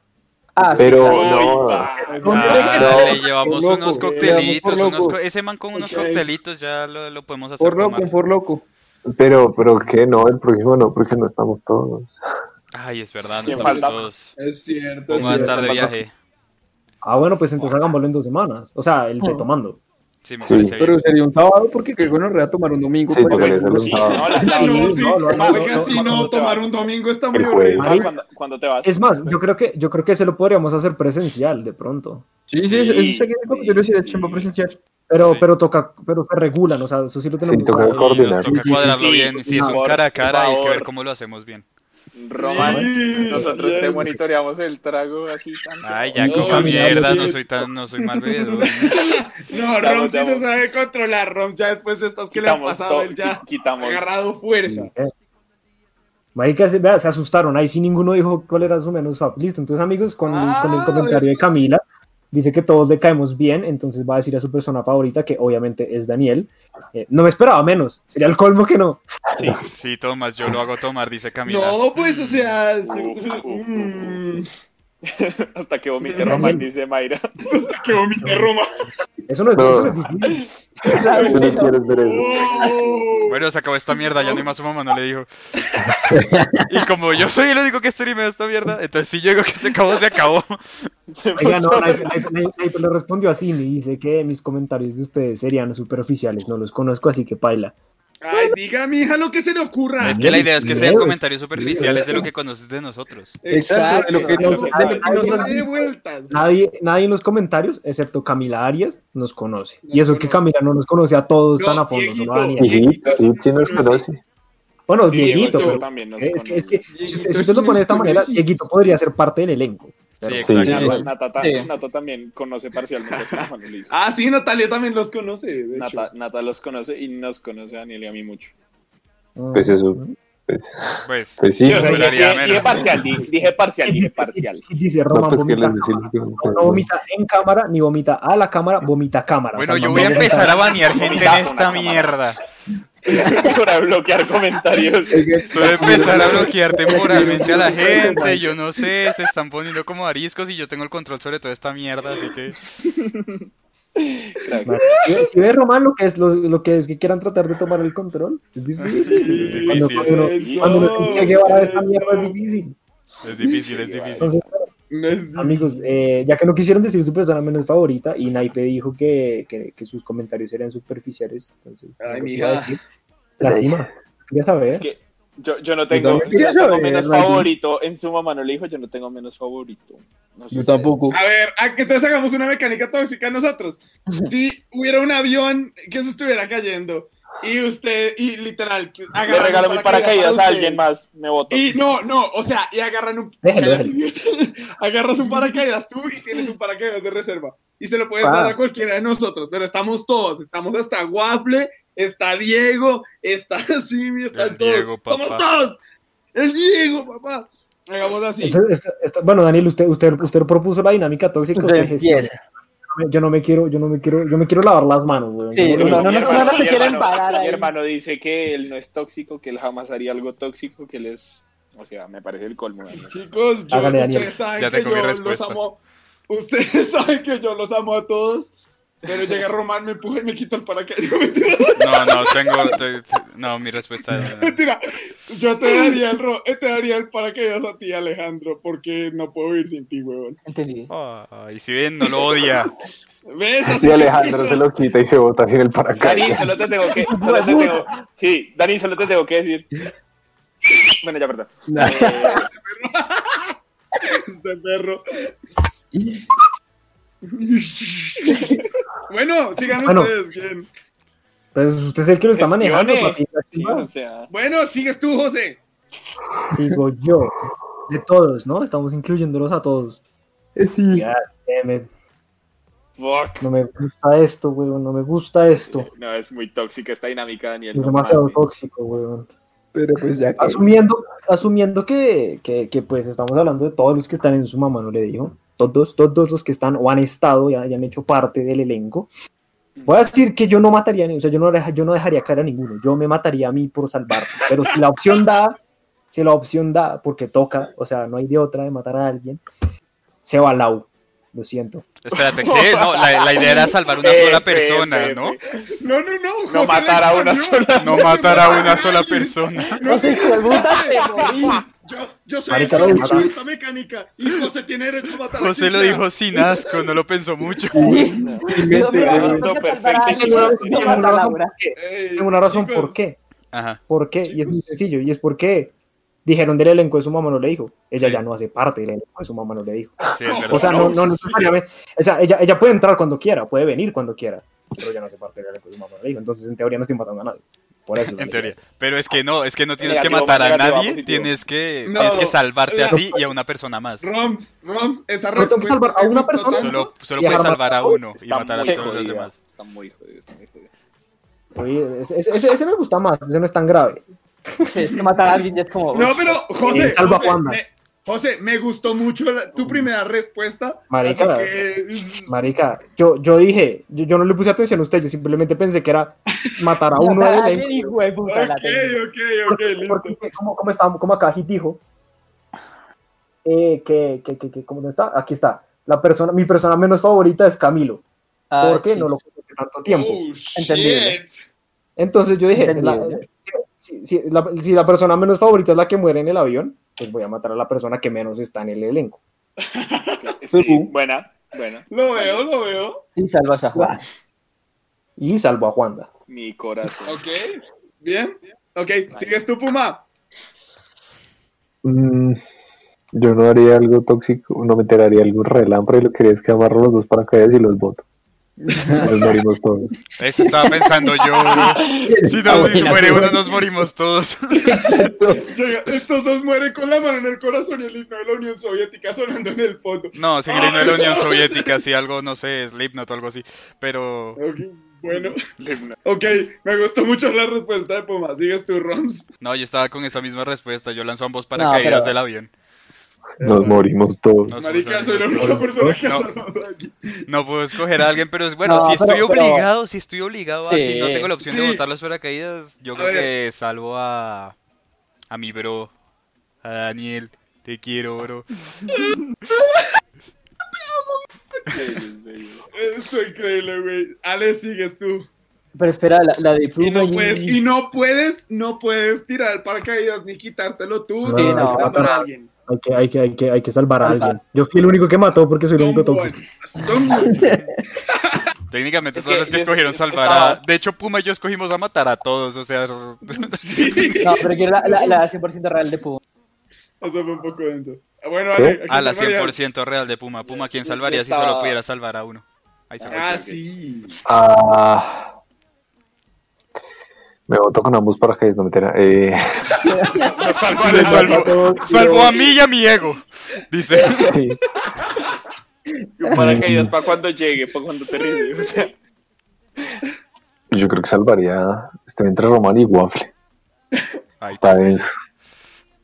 Speaker 8: ah, sí,
Speaker 7: Pero
Speaker 8: claro.
Speaker 7: no.
Speaker 5: Ah,
Speaker 7: No,
Speaker 5: le llevamos
Speaker 9: por loco,
Speaker 5: unos
Speaker 9: le llevamos
Speaker 5: coctelitos.
Speaker 9: por
Speaker 5: unos
Speaker 9: loco.
Speaker 5: co- ese man con unos
Speaker 6: Ok.
Speaker 5: coctelitos ya lo, lo podemos hacer
Speaker 9: Por
Speaker 5: tomar.
Speaker 9: loco, por loco.
Speaker 7: Pero, pero qué, no, el próximo no, porque no estamos todos.
Speaker 5: Ay, es verdad, no
Speaker 4: ¿Quién
Speaker 5: estamos
Speaker 4: falta?
Speaker 5: todos.
Speaker 6: Es cierto.
Speaker 5: Vamos a
Speaker 6: sí,
Speaker 5: estar de
Speaker 6: falta-
Speaker 5: viaje.
Speaker 2: Ah, bueno, pues entonces hagámoslo en dos semanas. O sea, el de tomando.
Speaker 5: Sí, me
Speaker 7: Sí.
Speaker 5: parece bien.
Speaker 9: Pero sería un sábado porque creo que nos rea tomar un domingo.
Speaker 7: Sí,
Speaker 9: para
Speaker 7: porque
Speaker 9: ir
Speaker 7: es el
Speaker 4: Sí,
Speaker 7: sábado.
Speaker 4: no, la,
Speaker 6: Ah,
Speaker 4: la-
Speaker 6: No,
Speaker 4: la-
Speaker 6: sí.
Speaker 2: No, no, no,
Speaker 6: Oiga,
Speaker 2: no,
Speaker 6: si
Speaker 2: no,
Speaker 6: no,
Speaker 4: no,
Speaker 6: tomar
Speaker 4: no.
Speaker 6: un domingo está muy
Speaker 7: El jueves.
Speaker 6: horrible.
Speaker 4: Mara, ¿cuándo, cuándo te vas?
Speaker 2: Es más, yo creo que, yo creo que se lo podríamos hacer presencial de pronto.
Speaker 9: Sí, sí,
Speaker 4: Sí,
Speaker 9: eso eso sería como que yo lo hice de
Speaker 4: sí.
Speaker 9: chamba presencial.
Speaker 2: Pero,
Speaker 5: Sí.
Speaker 2: pero toca, pero se regulan, o sea, eso sí lo tenemos.
Speaker 7: toca
Speaker 2: o sea,
Speaker 7: acordar.
Speaker 5: Y nos
Speaker 7: coordinar.
Speaker 5: toca
Speaker 9: Sí,
Speaker 5: cuadrarlo
Speaker 4: sí,
Speaker 5: bien. Si
Speaker 4: por
Speaker 5: es un
Speaker 4: favor,
Speaker 5: cara a cara, hay que
Speaker 4: por
Speaker 5: ver
Speaker 4: favor.
Speaker 5: cómo lo hacemos bien.
Speaker 4: Román,
Speaker 6: Sí,
Speaker 4: nosotros te
Speaker 6: yes.
Speaker 4: monitoreamos el trago así tanto.
Speaker 5: Ay, ya
Speaker 6: No,
Speaker 5: como
Speaker 6: mi
Speaker 2: ¿eh?
Speaker 5: mierda,
Speaker 6: amor.
Speaker 5: no soy tan, no soy mal bebedor.
Speaker 6: No,
Speaker 4: Vamos,
Speaker 6: Roms sí se
Speaker 4: vamos.
Speaker 6: sabe controlar. Roms ya después de estas que le han
Speaker 4: Quitamos
Speaker 6: pasado,
Speaker 4: todo,
Speaker 6: él ya
Speaker 4: qui-
Speaker 6: ha
Speaker 4: quitamos.
Speaker 6: agarrado fuerza.
Speaker 2: Eh. Marica, se, vea, se asustaron, ahí sí ninguno dijo cuál era su menos fab. Listo, entonces amigos, con,
Speaker 6: Ah,
Speaker 2: con el comentario de Camila, dice que todos le caemos bien, entonces va a decir a su persona favorita, que obviamente es Daniel. Eh, no me esperaba menos, sería el colmo que no.
Speaker 5: Sí, Tomás, yo lo hago tomar, dice Camila.
Speaker 6: No, pues, o sea. su-
Speaker 4: Uf, uf, uf,
Speaker 6: mm,
Speaker 4: Hasta que vomite Román, dice Mayra.
Speaker 6: Hasta que vomite Roma.
Speaker 2: Eso no es,
Speaker 7: No.
Speaker 2: eso no es difícil. Ah,
Speaker 8: Claro,
Speaker 7: Tú no
Speaker 8: bueno,
Speaker 7: quieres ver eso.
Speaker 6: Oh.
Speaker 5: Bueno, se acabó esta mierda, ya no hay más su mamá, no le dijo. Y como yo soy el único que streamea esta mierda, entonces si llego que se acabó, se acabó.
Speaker 2: Oiga, no, Naipe- Naipe- Naipe- Naipe le respondió así, me dice que mis comentarios de ustedes serían superficiales, no los conozco, así que paila.
Speaker 6: Ay, diga a mi hija lo que se le ocurra.
Speaker 5: Es que la idea es que sean comentarios superficiales de lo que conoces de nosotros.
Speaker 9: Exacto, de lo que,
Speaker 6: Exacto.
Speaker 9: de lo que nos han
Speaker 6: De
Speaker 9: dicho.
Speaker 6: vueltas.
Speaker 2: Nadie, nadie en los comentarios, excepto Camila Arias, nos conoce.
Speaker 6: Nos
Speaker 2: Y eso que
Speaker 6: conoce.
Speaker 2: Camila no nos conoce a todos
Speaker 6: No,
Speaker 2: tan a fondo,
Speaker 6: Dieguito.
Speaker 2: solo a Daniel.
Speaker 7: Y sí, sí nos conoce.
Speaker 2: Bueno,
Speaker 4: Diego,
Speaker 2: Dieguito,
Speaker 4: yo
Speaker 2: pero
Speaker 4: también nos
Speaker 2: es que, es que
Speaker 4: conoce.
Speaker 2: si usted- si usted lo pone de esta manera, Dieguito podría ser parte del elenco.
Speaker 5: Sí,
Speaker 7: Sí.
Speaker 5: exacto.
Speaker 4: Nata,
Speaker 8: Sí.
Speaker 4: Nata ta-
Speaker 8: Sí.
Speaker 4: Nata también conoce parcialmente a su hermano Liz.
Speaker 6: Ah, sí, Natalia también los conoce. De hecho.
Speaker 4: Nata, Nata los conoce y nos conoce a Daniel y a mí mucho.
Speaker 7: Pues eso. Pues,
Speaker 5: Pues,
Speaker 7: pues sí.
Speaker 4: Yo
Speaker 5: no
Speaker 4: dije-
Speaker 5: esperaría
Speaker 4: dije,
Speaker 5: menos.
Speaker 4: parcial, di- dije parcial, dije parcial.
Speaker 2: Dice
Speaker 7: No,
Speaker 2: Roman
Speaker 7: pues que
Speaker 2: vomita,
Speaker 7: les decimos que
Speaker 2: no, no vomita en cámara, ni vomita a la cámara, vomita a cámara. O
Speaker 5: bueno,
Speaker 2: sea,
Speaker 5: yo
Speaker 2: no
Speaker 5: voy a
Speaker 2: vomita-
Speaker 5: empezar a banear gente en
Speaker 4: Bajo una
Speaker 5: esta
Speaker 4: cámara.
Speaker 5: mierda.
Speaker 4: Para bloquear comentarios.
Speaker 5: Voy a empezar a bloquear temporalmente a la gente. Yo no sé, se están poniendo como ariscos y yo tengo el control sobre toda esta mierda, así que.
Speaker 4: Claro.
Speaker 2: Si- Si ves, Román, lo que es, lo, lo que es que quieran tratar de tomar el control, es
Speaker 5: Es
Speaker 2: difícil. Cuando,
Speaker 5: difícil.
Speaker 2: cuando uno, cuando uno escucha que va a esta mierda es difícil.
Speaker 5: Es difícil, es difícil.
Speaker 2: Entonces,
Speaker 6: No es-
Speaker 2: amigos, eh, ya que no quisieron decir su persona menos favorita, y Naipe dijo que, que, que sus comentarios eran superficiales, entonces
Speaker 6: Ay,
Speaker 2: no los
Speaker 6: mija.
Speaker 2: iba a decir. Lástima. Ya ¿eh? sabes.
Speaker 4: Es que yo, yo no tengo,
Speaker 9: también
Speaker 4: yo no
Speaker 9: quiero
Speaker 4: tengo
Speaker 9: saber,
Speaker 4: menos
Speaker 9: Randy.
Speaker 4: favorito. En su mamá no le dijo, yo no tengo menos favorito. No sé
Speaker 9: Yo
Speaker 4: ustedes.
Speaker 9: tampoco.
Speaker 6: A ver, ah, que entonces hagamos una mecánica tóxica nosotros. Si hubiera un avión que se estuviera cayendo y usted, y literal, que
Speaker 4: Le
Speaker 6: agarran
Speaker 4: regalo
Speaker 6: un
Speaker 4: mi paracaídas a
Speaker 6: para
Speaker 4: alguien más, me voto.
Speaker 6: ustedes. Y no, no, o sea, y agarran un.
Speaker 2: Déjalo,
Speaker 6: cállate, idiota. Agarras un paracaídas tú y tienes un paracaídas de reserva. Y se lo puedes
Speaker 2: Ah.
Speaker 6: dar a cualquiera de nosotros, pero estamos todos, estamos hasta Waffle, está Diego, está Simi, está
Speaker 5: El
Speaker 6: todos.
Speaker 5: Diego, papá.
Speaker 6: Somos todos. El Diego, papá. Hagamos así.
Speaker 2: Eso- eso- esto- bueno, Daniel, usted, usted, usted propuso la dinámica tóxica.
Speaker 8: Entonces
Speaker 2: usted gestione.
Speaker 8: empieza.
Speaker 2: Yo no me quiero, yo no me quiero, yo me quiero lavar las manos, weón.
Speaker 8: Sí,
Speaker 2: Yo no-
Speaker 4: Mi
Speaker 8: no, no, no,
Speaker 4: hermano-
Speaker 8: no se
Speaker 4: mi
Speaker 8: quieren
Speaker 4: hermano-
Speaker 8: parar
Speaker 4: Mi
Speaker 8: ahí.
Speaker 4: hermano dice que él no es tóxico, que él jamás haría algo tóxico, que él es. O sea, me parece el colmo. ¿no?
Speaker 6: Chicos, yo,
Speaker 2: Hágale, Daniel.
Speaker 6: ustedes saben
Speaker 5: Ya
Speaker 6: que
Speaker 5: tengo mi
Speaker 6: yo los
Speaker 5: respuesta.
Speaker 6: amo. Ustedes saben que yo los amo a todos. Pero llega Román, me empuja y me quita el paracaídas. No, mentira,
Speaker 5: No, no, tengo. te- te- No, mi respuesta es.
Speaker 6: mentira. Yo te daría el, ro- eh, te daría el paracaídas a ti, Alejandro, porque no puedo vivir sin ti, huevón.
Speaker 8: Entendí.
Speaker 5: Ah, y si bien, no lo odia.
Speaker 6: ¿Ves? Así
Speaker 7: Y
Speaker 6: que
Speaker 7: Alejandro
Speaker 6: sí,
Speaker 7: se lo quita y se bota así en el
Speaker 4: Dani,
Speaker 7: paracaídas.
Speaker 4: solo te tengo que. solo te tengo- sí, Dani, solo te tengo que decir. Bueno, ya, perdón. Eh,
Speaker 6: Este perro. bueno, sigan
Speaker 2: Bueno.
Speaker 6: ustedes. ¿quién?
Speaker 2: Pues usted es el que lo está manejando,
Speaker 4: Gestione.
Speaker 2: papi.
Speaker 4: Sí, o sea.
Speaker 6: Bueno, sigues tú, José.
Speaker 2: Sigo yo. De todos, ¿no? Estamos incluyéndolos a todos.
Speaker 9: Sí.
Speaker 2: Ya, damn it.
Speaker 4: Fuck.
Speaker 2: No me gusta esto, weón. No me gusta esto.
Speaker 4: No, es muy tóxica esta dinámica, Daniel.
Speaker 2: Es
Speaker 4: no
Speaker 2: demasiado
Speaker 4: mames.
Speaker 2: tóxico, weón.
Speaker 9: Pero pues ya que.
Speaker 2: Asumiendo, asumiendo que, que, que, pues estamos hablando de todos los que están en su mamá, no le digo. Todos, todos los que están o han estado ya, ya han hecho parte del elenco. Voy a decir que yo no mataría, a ni- o sea, yo no, deja- yo no dejaría caer a ninguno. Yo me mataría a mí por salvar. Pero si la opción da, si la opción da, porque toca, o sea, no hay de otra de matar a alguien, se va Lau. Lo siento.
Speaker 5: Espérate, ¿qué? No, la, la idea era salvar una
Speaker 4: Eh,
Speaker 5: sola
Speaker 4: eh,
Speaker 5: persona,
Speaker 4: eh,
Speaker 5: ¿no?
Speaker 6: No, no, no. José
Speaker 4: No
Speaker 6: le
Speaker 4: matar a una
Speaker 6: cambió.
Speaker 4: sola.
Speaker 5: No matar a una sola persona.
Speaker 8: No sé, hijo de puta, pero sí.
Speaker 6: Yo, yo soy
Speaker 2: Marica,
Speaker 6: el
Speaker 2: lo
Speaker 6: tóxico de
Speaker 2: mataste.
Speaker 6: esta mecánica y José tiene derecho a matar a
Speaker 5: José lo
Speaker 6: quien
Speaker 5: dijo sin asco, no lo pensó mucho.
Speaker 8: No, pero
Speaker 4: güey. No,
Speaker 8: no, no, no, salvar a
Speaker 4: perfecto,
Speaker 8: alguien,
Speaker 4: sí,
Speaker 8: no,
Speaker 4: sí.
Speaker 8: no,
Speaker 2: Tengo una
Speaker 8: mata a
Speaker 2: razón
Speaker 8: Laura.
Speaker 2: por qué.
Speaker 6: Eh,
Speaker 2: Tengo una razón
Speaker 6: chicos,
Speaker 2: por qué.
Speaker 5: Ajá.
Speaker 2: ¿Por qué? Y es muy sencillo. Y es porque dijeron del elenco de su mamá no le dijo. Ella
Speaker 5: Sí.
Speaker 2: ya no hace parte del elenco de su mamá no le dijo.
Speaker 5: Sí, es verdad.
Speaker 2: O sea, no, no necesariamente. O sea, ella, ella puede entrar cuando quiera, puede venir cuando quiera. Pero ya no hace parte del elenco de su mamá no le dijo. Entonces, en teoría, no estoy matando a nadie. Por eso.
Speaker 5: En teoría. Pero es que no, es que no tienes que
Speaker 4: Negativo,
Speaker 5: matar a
Speaker 4: negativo,
Speaker 5: nadie,
Speaker 4: positivo.
Speaker 5: tienes que,
Speaker 6: No.
Speaker 5: tienes que salvarte a ti y a una persona más.
Speaker 6: Roms, Roms, esa
Speaker 2: Pero tengo que
Speaker 6: respuesta
Speaker 2: salvar a
Speaker 6: me
Speaker 2: una
Speaker 6: gustó
Speaker 2: persona.
Speaker 6: tanto.
Speaker 5: Solo, solo
Speaker 2: Y a
Speaker 5: puedes
Speaker 2: matar
Speaker 5: salvar
Speaker 2: a
Speaker 5: a uno y
Speaker 4: Está
Speaker 5: matar a
Speaker 4: muy
Speaker 5: todos los
Speaker 4: jodida,
Speaker 5: demás.
Speaker 4: Está muy jodido, está muy jodido.
Speaker 2: Oye, ese, ese- ese- ese me gusta más, ese no es tan grave.
Speaker 8: Sí, es que matar a alguien ya es como.
Speaker 6: No, pero José,
Speaker 2: Eh, salva a
Speaker 6: José,
Speaker 2: Juanma.
Speaker 6: me, José, me gustó mucho la- tu primera respuesta.
Speaker 2: Marica,
Speaker 6: así que, mm,
Speaker 2: Marica, yo, yo dije, yo, yo no le puse atención a usted, yo simplemente pensé que era matar a uno
Speaker 8: Matar
Speaker 2: del
Speaker 8: a alguien,
Speaker 2: elenco.
Speaker 8: hijo de puta, la tengo.
Speaker 6: ok, ok, ok,
Speaker 2: Porque,
Speaker 6: listo.
Speaker 2: porque como, como, estábamos- como acá Hit dijo, eh, que, que, que, que- ¿cómo no está? Aquí está. La persona, mi persona menos favorita es Camilo,
Speaker 8: Ah,
Speaker 2: porque
Speaker 8: sí.
Speaker 2: no lo conoce tanto tiempo.
Speaker 6: Oh,
Speaker 8: Entendible.
Speaker 6: shit.
Speaker 2: Entonces yo dije, la-
Speaker 8: Entendible.
Speaker 2: si, si- si la, si la persona menos favorita es la que muere en el avión, pues voy a matar a la persona que menos está en el elenco.
Speaker 4: Sí, buena, buena.
Speaker 6: Lo veo, lo veo.
Speaker 8: Y salvas a Juan.
Speaker 2: Y salvo a Juanda.
Speaker 4: Mi corazón.
Speaker 6: Ok, bien. Ok, sigues tú, Puma.
Speaker 7: Mm, Yo no haría algo tóxico, no me enteraría algo relámpago y lo que haría es que amarro los dos paracaídas y los boto. Nos morimos todos.
Speaker 5: Eso estaba pensando yo. Si nos si se muere uno, nos morimos todos.
Speaker 6: Llega, estos dos mueren con la mano en el corazón y el himno de la Unión Soviética sonando en el fondo.
Speaker 5: No, si no es la Unión Soviética, si algo, no sé, Slipknot o algo así. Pero
Speaker 6: Ok, bueno. Ok, me gustó mucho la respuesta de Poma. Sigues tú, Roms.
Speaker 5: no, yo estaba con esa misma respuesta. Yo lanzo ambos
Speaker 8: pero-
Speaker 5: paracaídas del avión.
Speaker 7: Nos morimos todos.
Speaker 5: Nos
Speaker 6: Marica, soy
Speaker 5: morimos
Speaker 6: la
Speaker 5: todos.
Speaker 6: única persona que ha
Speaker 5: No.
Speaker 6: salvado aquí.
Speaker 5: No puedo escoger a alguien, pero es- bueno,
Speaker 8: No,
Speaker 5: si estoy
Speaker 8: pero- pero-
Speaker 5: obligado, si estoy obligado, a- si no
Speaker 8: Sí.
Speaker 5: tengo la opción de
Speaker 6: Sí.
Speaker 5: botar los paracaídas, yo
Speaker 6: A
Speaker 5: creo
Speaker 6: ver.
Speaker 5: que salvo a a mi bro, a Daniel. Te quiero, bro.
Speaker 6: Esto es increíble, güey. Ale, sigues tú.
Speaker 8: Pero espera, la, la de
Speaker 6: Y
Speaker 8: Pluma
Speaker 6: no puedes, y no puedes, no puedes tirar paracaídas ni quitártelo tú.
Speaker 2: No,
Speaker 6: ni
Speaker 8: no,
Speaker 6: matar
Speaker 2: no.
Speaker 6: a alguien.
Speaker 2: Hay que, hay, que, hay, que, hay que salvar a
Speaker 8: Salvar.
Speaker 2: alguien. Yo fui el único que mató porque soy el único
Speaker 6: Son
Speaker 2: tóxico.
Speaker 6: buenos, son buenos.
Speaker 5: Técnicamente
Speaker 4: Es
Speaker 5: todos
Speaker 4: que
Speaker 5: los que
Speaker 4: yo-
Speaker 5: escogieron
Speaker 4: yo
Speaker 5: salvar a...
Speaker 4: estaba-
Speaker 5: De hecho, Puma y yo escogimos a matar a todos, o sea...
Speaker 6: Sí.
Speaker 8: No, pero quiero la, la, la 100% real de Puma.
Speaker 6: Eso fue un poco denso. Bueno, Ale, aquí
Speaker 5: A la
Speaker 6: está María.
Speaker 5: 100% real de Puma. Puma, ¿quién
Speaker 4: Yo
Speaker 5: salvaría si
Speaker 4: estaba-
Speaker 5: solo pudiera salvar a uno? Ahí se fue.
Speaker 6: Ah, sí.
Speaker 7: Ah. Me voto con ambos para que no me Eh,
Speaker 5: Vale, salvo, salvo a mí y a mi ego. Dice.
Speaker 7: sí.
Speaker 4: Y un paracaídas para cuando llegue, para cuando te rindes. O sea,
Speaker 7: Yo creo que salvaría. Estoy entre Román y Waffle.
Speaker 5: Ay,
Speaker 7: Está denso.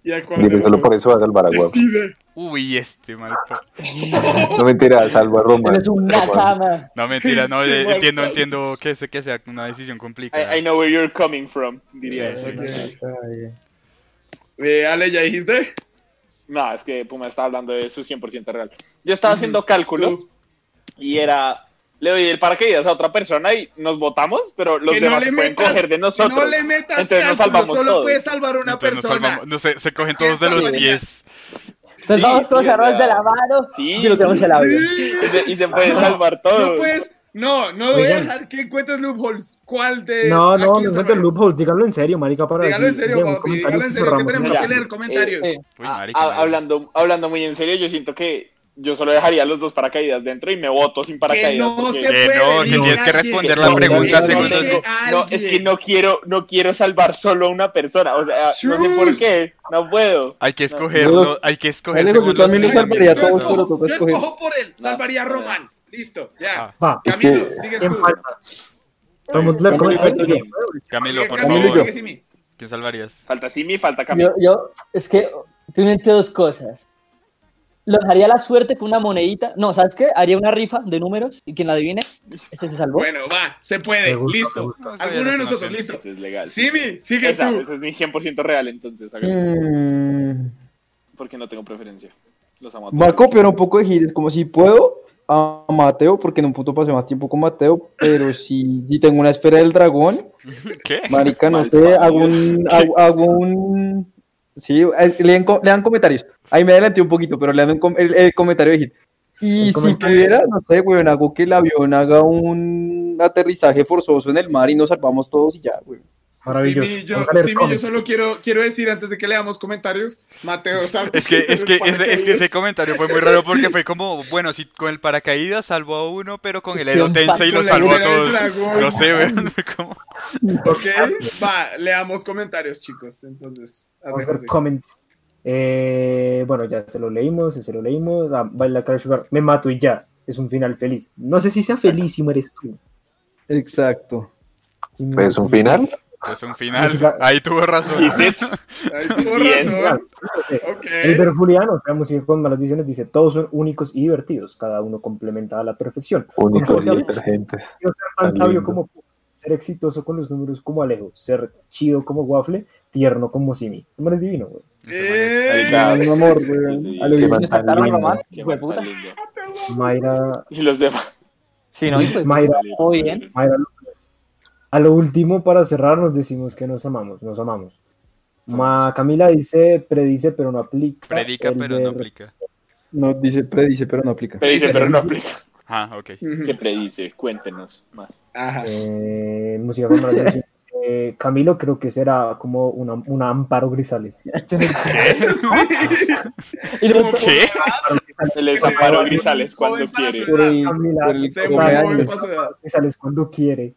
Speaker 6: ¿Y a cuál
Speaker 7: Dime,
Speaker 6: le
Speaker 7: solo
Speaker 6: vamos?
Speaker 7: por eso va a salvar a Waffle.
Speaker 6: Decide.
Speaker 5: Uy, este mal. pa-
Speaker 7: No mentira, salvo a Román.
Speaker 8: Eres un nakama.
Speaker 5: No, mentira, no.
Speaker 6: Este
Speaker 5: eh,
Speaker 6: mal
Speaker 5: Entiendo,
Speaker 6: pa-
Speaker 5: entiendo que, se- que sea una decisión complicada.
Speaker 4: I, I know where you're coming from, diría.
Speaker 5: Sí,
Speaker 4: yo.
Speaker 6: Eh, Ale, ¿ya dijiste?
Speaker 4: No, es que Puma estaba hablando de su 100% real. Yo estaba haciendo cálculos y era. Le doy el paracaídas a otra persona y nos votamos, pero los
Speaker 6: Que no
Speaker 4: demás
Speaker 6: le
Speaker 4: se pueden
Speaker 6: metas-
Speaker 4: coger de
Speaker 6: que
Speaker 4: nosotros.
Speaker 6: No le metas
Speaker 4: Entonces nos
Speaker 6: cálculo,
Speaker 4: salvamos
Speaker 6: solo
Speaker 4: todos.
Speaker 6: puedes salvar a una
Speaker 5: Entonces nos
Speaker 6: persona.
Speaker 5: salvamos. No sé, se cogen todos de los
Speaker 6: Esta
Speaker 5: pies.
Speaker 8: Entonces
Speaker 4: Sí,
Speaker 8: vamos todos
Speaker 4: sí,
Speaker 8: a arroz
Speaker 4: ya.
Speaker 8: de la mano
Speaker 4: Sí,
Speaker 8: y lo tenemos
Speaker 4: sí,
Speaker 8: el audio.
Speaker 6: Sí.
Speaker 4: Y se, y se puede salvar todos.
Speaker 6: No puedes. No, no voy a
Speaker 2: Oigan.
Speaker 6: dejar que encuentres loopholes. ¿Cuál de.?
Speaker 2: No, no,
Speaker 6: a quién
Speaker 2: no
Speaker 6: salvar?
Speaker 2: cuenten loopholes. Díganlo en serio, marica, para
Speaker 6: Dígalo en
Speaker 2: decir,
Speaker 6: serio,
Speaker 2: vean,
Speaker 6: papi.
Speaker 2: comentarios
Speaker 6: Dígalo en
Speaker 2: que
Speaker 6: serio que
Speaker 2: cerramos.
Speaker 6: tenemos
Speaker 4: Ya.
Speaker 6: que leer comentarios.
Speaker 8: Sí.
Speaker 5: Uy,
Speaker 4: Ah,
Speaker 5: marica.
Speaker 4: ah,
Speaker 5: no.
Speaker 4: hablando, hablando muy en serio, yo siento que yo solo dejaría los dos paracaídas dentro y me voto sin
Speaker 6: Que
Speaker 4: paracaídas.
Speaker 6: no
Speaker 4: porque-
Speaker 5: Que
Speaker 6: se puede.
Speaker 5: eh, no, que
Speaker 6: ni
Speaker 5: tienes que
Speaker 6: nadie.
Speaker 5: responder
Speaker 4: No,
Speaker 5: la
Speaker 4: no,
Speaker 5: pregunta
Speaker 4: no,
Speaker 5: según
Speaker 4: no,
Speaker 5: los-
Speaker 4: no, no, es que
Speaker 6: Alguien.
Speaker 4: no quiero, no quiero salvar solo a una persona. O sea, no sé
Speaker 6: Chus.
Speaker 4: por qué, no puedo.
Speaker 5: Hay que
Speaker 4: No.
Speaker 5: escoger,
Speaker 9: Yo-
Speaker 5: lo- hay que escoger
Speaker 9: Alejo, yo
Speaker 5: según los
Speaker 9: también lo salvaría a
Speaker 6: Yo
Speaker 9: todos,
Speaker 5: lineamientos.
Speaker 9: pero
Speaker 6: escojo,
Speaker 9: tocó
Speaker 6: yo
Speaker 9: escoger.
Speaker 6: escojo por él. Salvaría a Román. Listo, ya.
Speaker 5: Ah.
Speaker 2: Va,
Speaker 6: Camilo,
Speaker 7: Es que-
Speaker 6: sigues
Speaker 2: ¿quién
Speaker 6: tú.
Speaker 2: falta? Vamos a leer
Speaker 9: Camilo,
Speaker 2: comentarios.
Speaker 5: Camilo, por
Speaker 6: Camilo,
Speaker 5: favor.
Speaker 6: sigues, Simi.
Speaker 5: ¿Quién salvarías?
Speaker 4: Falta Simi, falta Camilo.
Speaker 8: Yo, yo, es que tú mente dos cosas. Lo haría la suerte con una monedita. No, ¿sabes qué? Haría una rifa de números y quien la adivine, ese se salvó.
Speaker 6: Bueno, va, se puede.
Speaker 2: Me gusta, me
Speaker 6: Listo.
Speaker 2: gusta.
Speaker 5: No, esa ya
Speaker 6: Alguno
Speaker 5: es
Speaker 6: de
Speaker 5: una
Speaker 6: nosotros,
Speaker 5: opción.
Speaker 6: listo.
Speaker 4: Ese es legal.
Speaker 6: Simi, sigues
Speaker 4: Esa,
Speaker 6: tú.
Speaker 4: ese es mi 100% real, entonces, hágale,
Speaker 9: Mm,
Speaker 4: porque no tengo preferencia. Los amo a
Speaker 9: voy a
Speaker 4: todos.
Speaker 9: copiar un poco de Giles, como si puedo a Mateo, porque en un punto pasé más tiempo con Mateo, pero si, si tengo una esfera del dragón,
Speaker 5: ¿Qué?
Speaker 9: marica, no
Speaker 4: Mal
Speaker 9: sé,
Speaker 4: parido.
Speaker 9: hago un, hago, hago un- Sí, eh, lean, co- lean comentarios. Ahí me adelanté un poquito, pero lean un com- el, el comentario de Gil.
Speaker 2: El
Speaker 9: Y si
Speaker 2: comentario.
Speaker 9: pudiera, no sé, weón, hago que el avión haga un aterrizaje forzoso en el mar y nos salvamos todos y ya, weón.
Speaker 2: Maravilloso.
Speaker 6: Simi, yo,
Speaker 2: Vamos a leer
Speaker 6: Simi, yo
Speaker 2: cómics.
Speaker 6: solo quiero, quiero decir antes de que leamos comentarios, Mateo Santos.
Speaker 5: Es que, es que,
Speaker 6: para
Speaker 5: ese, es que ese comentario fue muy raro porque fue como, bueno, si con el paracaídas salvó a uno, pero con el
Speaker 8: Sí, un
Speaker 5: Edo Tensei
Speaker 6: pacto
Speaker 5: lo
Speaker 6: con
Speaker 5: salvó
Speaker 6: la
Speaker 5: a todos.
Speaker 6: esfera del dragón.
Speaker 5: No sé, weón, fue como-
Speaker 6: Ok,
Speaker 2: Ah,
Speaker 6: va, leamos comentarios, chicos. Entonces, a
Speaker 2: Vamos
Speaker 6: ver,
Speaker 2: a ver
Speaker 6: José.
Speaker 2: comments. Eh, bueno, ya se lo leímos, se lo leímos. Ah, baila Crash Sugar, me mato y ya. Es un final feliz. No sé si sea feliz si mueres tú.
Speaker 9: Exacto.
Speaker 2: Si
Speaker 7: ¿Es Pues, un final?
Speaker 5: Es un final. Ahí tuvo razón.
Speaker 6: Ahí tuvo
Speaker 4: Bien.
Speaker 6: razón. Ok.
Speaker 2: Elber Juliano, sea música con malas visiones, dice: Todos son únicos y divertidos, cada uno complementado a la perfección. Como
Speaker 7: Únicos y
Speaker 2: sea,
Speaker 7: detergentes.
Speaker 2: quiero ser tan
Speaker 7: Tan
Speaker 2: sabio
Speaker 7: lindo.
Speaker 2: como Puma, ser exitoso con los números como Alejo, ser chido como Waffle, tierno como Simi. Ese man es divino, güey.
Speaker 5: Ese man es-
Speaker 6: Eh.
Speaker 4: Marica,
Speaker 9: Un amor,
Speaker 4: sí, sí.
Speaker 9: weón. A lo
Speaker 7: Qué
Speaker 9: bien.
Speaker 7: man tan
Speaker 8: sacaron a
Speaker 7: lindo.
Speaker 8: Román,
Speaker 4: Qué
Speaker 8: hijo de
Speaker 4: mal,
Speaker 8: puta.
Speaker 4: tan lindo.
Speaker 2: Mayra,
Speaker 4: Y los demás.
Speaker 8: Sí, no, y pues,
Speaker 2: Mayra,
Speaker 8: todo bien.
Speaker 2: Mayra López. A lo último, para cerrar, nos decimos que nos amamos, nos amamos. Ma Camila dice, predice pero no aplica.
Speaker 5: Predica, pero no
Speaker 2: Elber-
Speaker 5: aplica.
Speaker 9: No, dice, predice, pero no aplica.
Speaker 4: Pero dice, pero no aplica.
Speaker 5: Ah, ok.
Speaker 4: ¿Qué predice? Cuéntenos más.
Speaker 6: Ajá.
Speaker 2: Eh, música con malas visiones. Eh, Camilo creo que será como una, una Amparo Grisales.
Speaker 8: Y lo-
Speaker 5: ¿Qué?
Speaker 4: Se les aparó Grisales cuando quiere.
Speaker 9: Por el, por el
Speaker 6: Se
Speaker 9: cumpleaños.
Speaker 2: Y sales cuando quiere.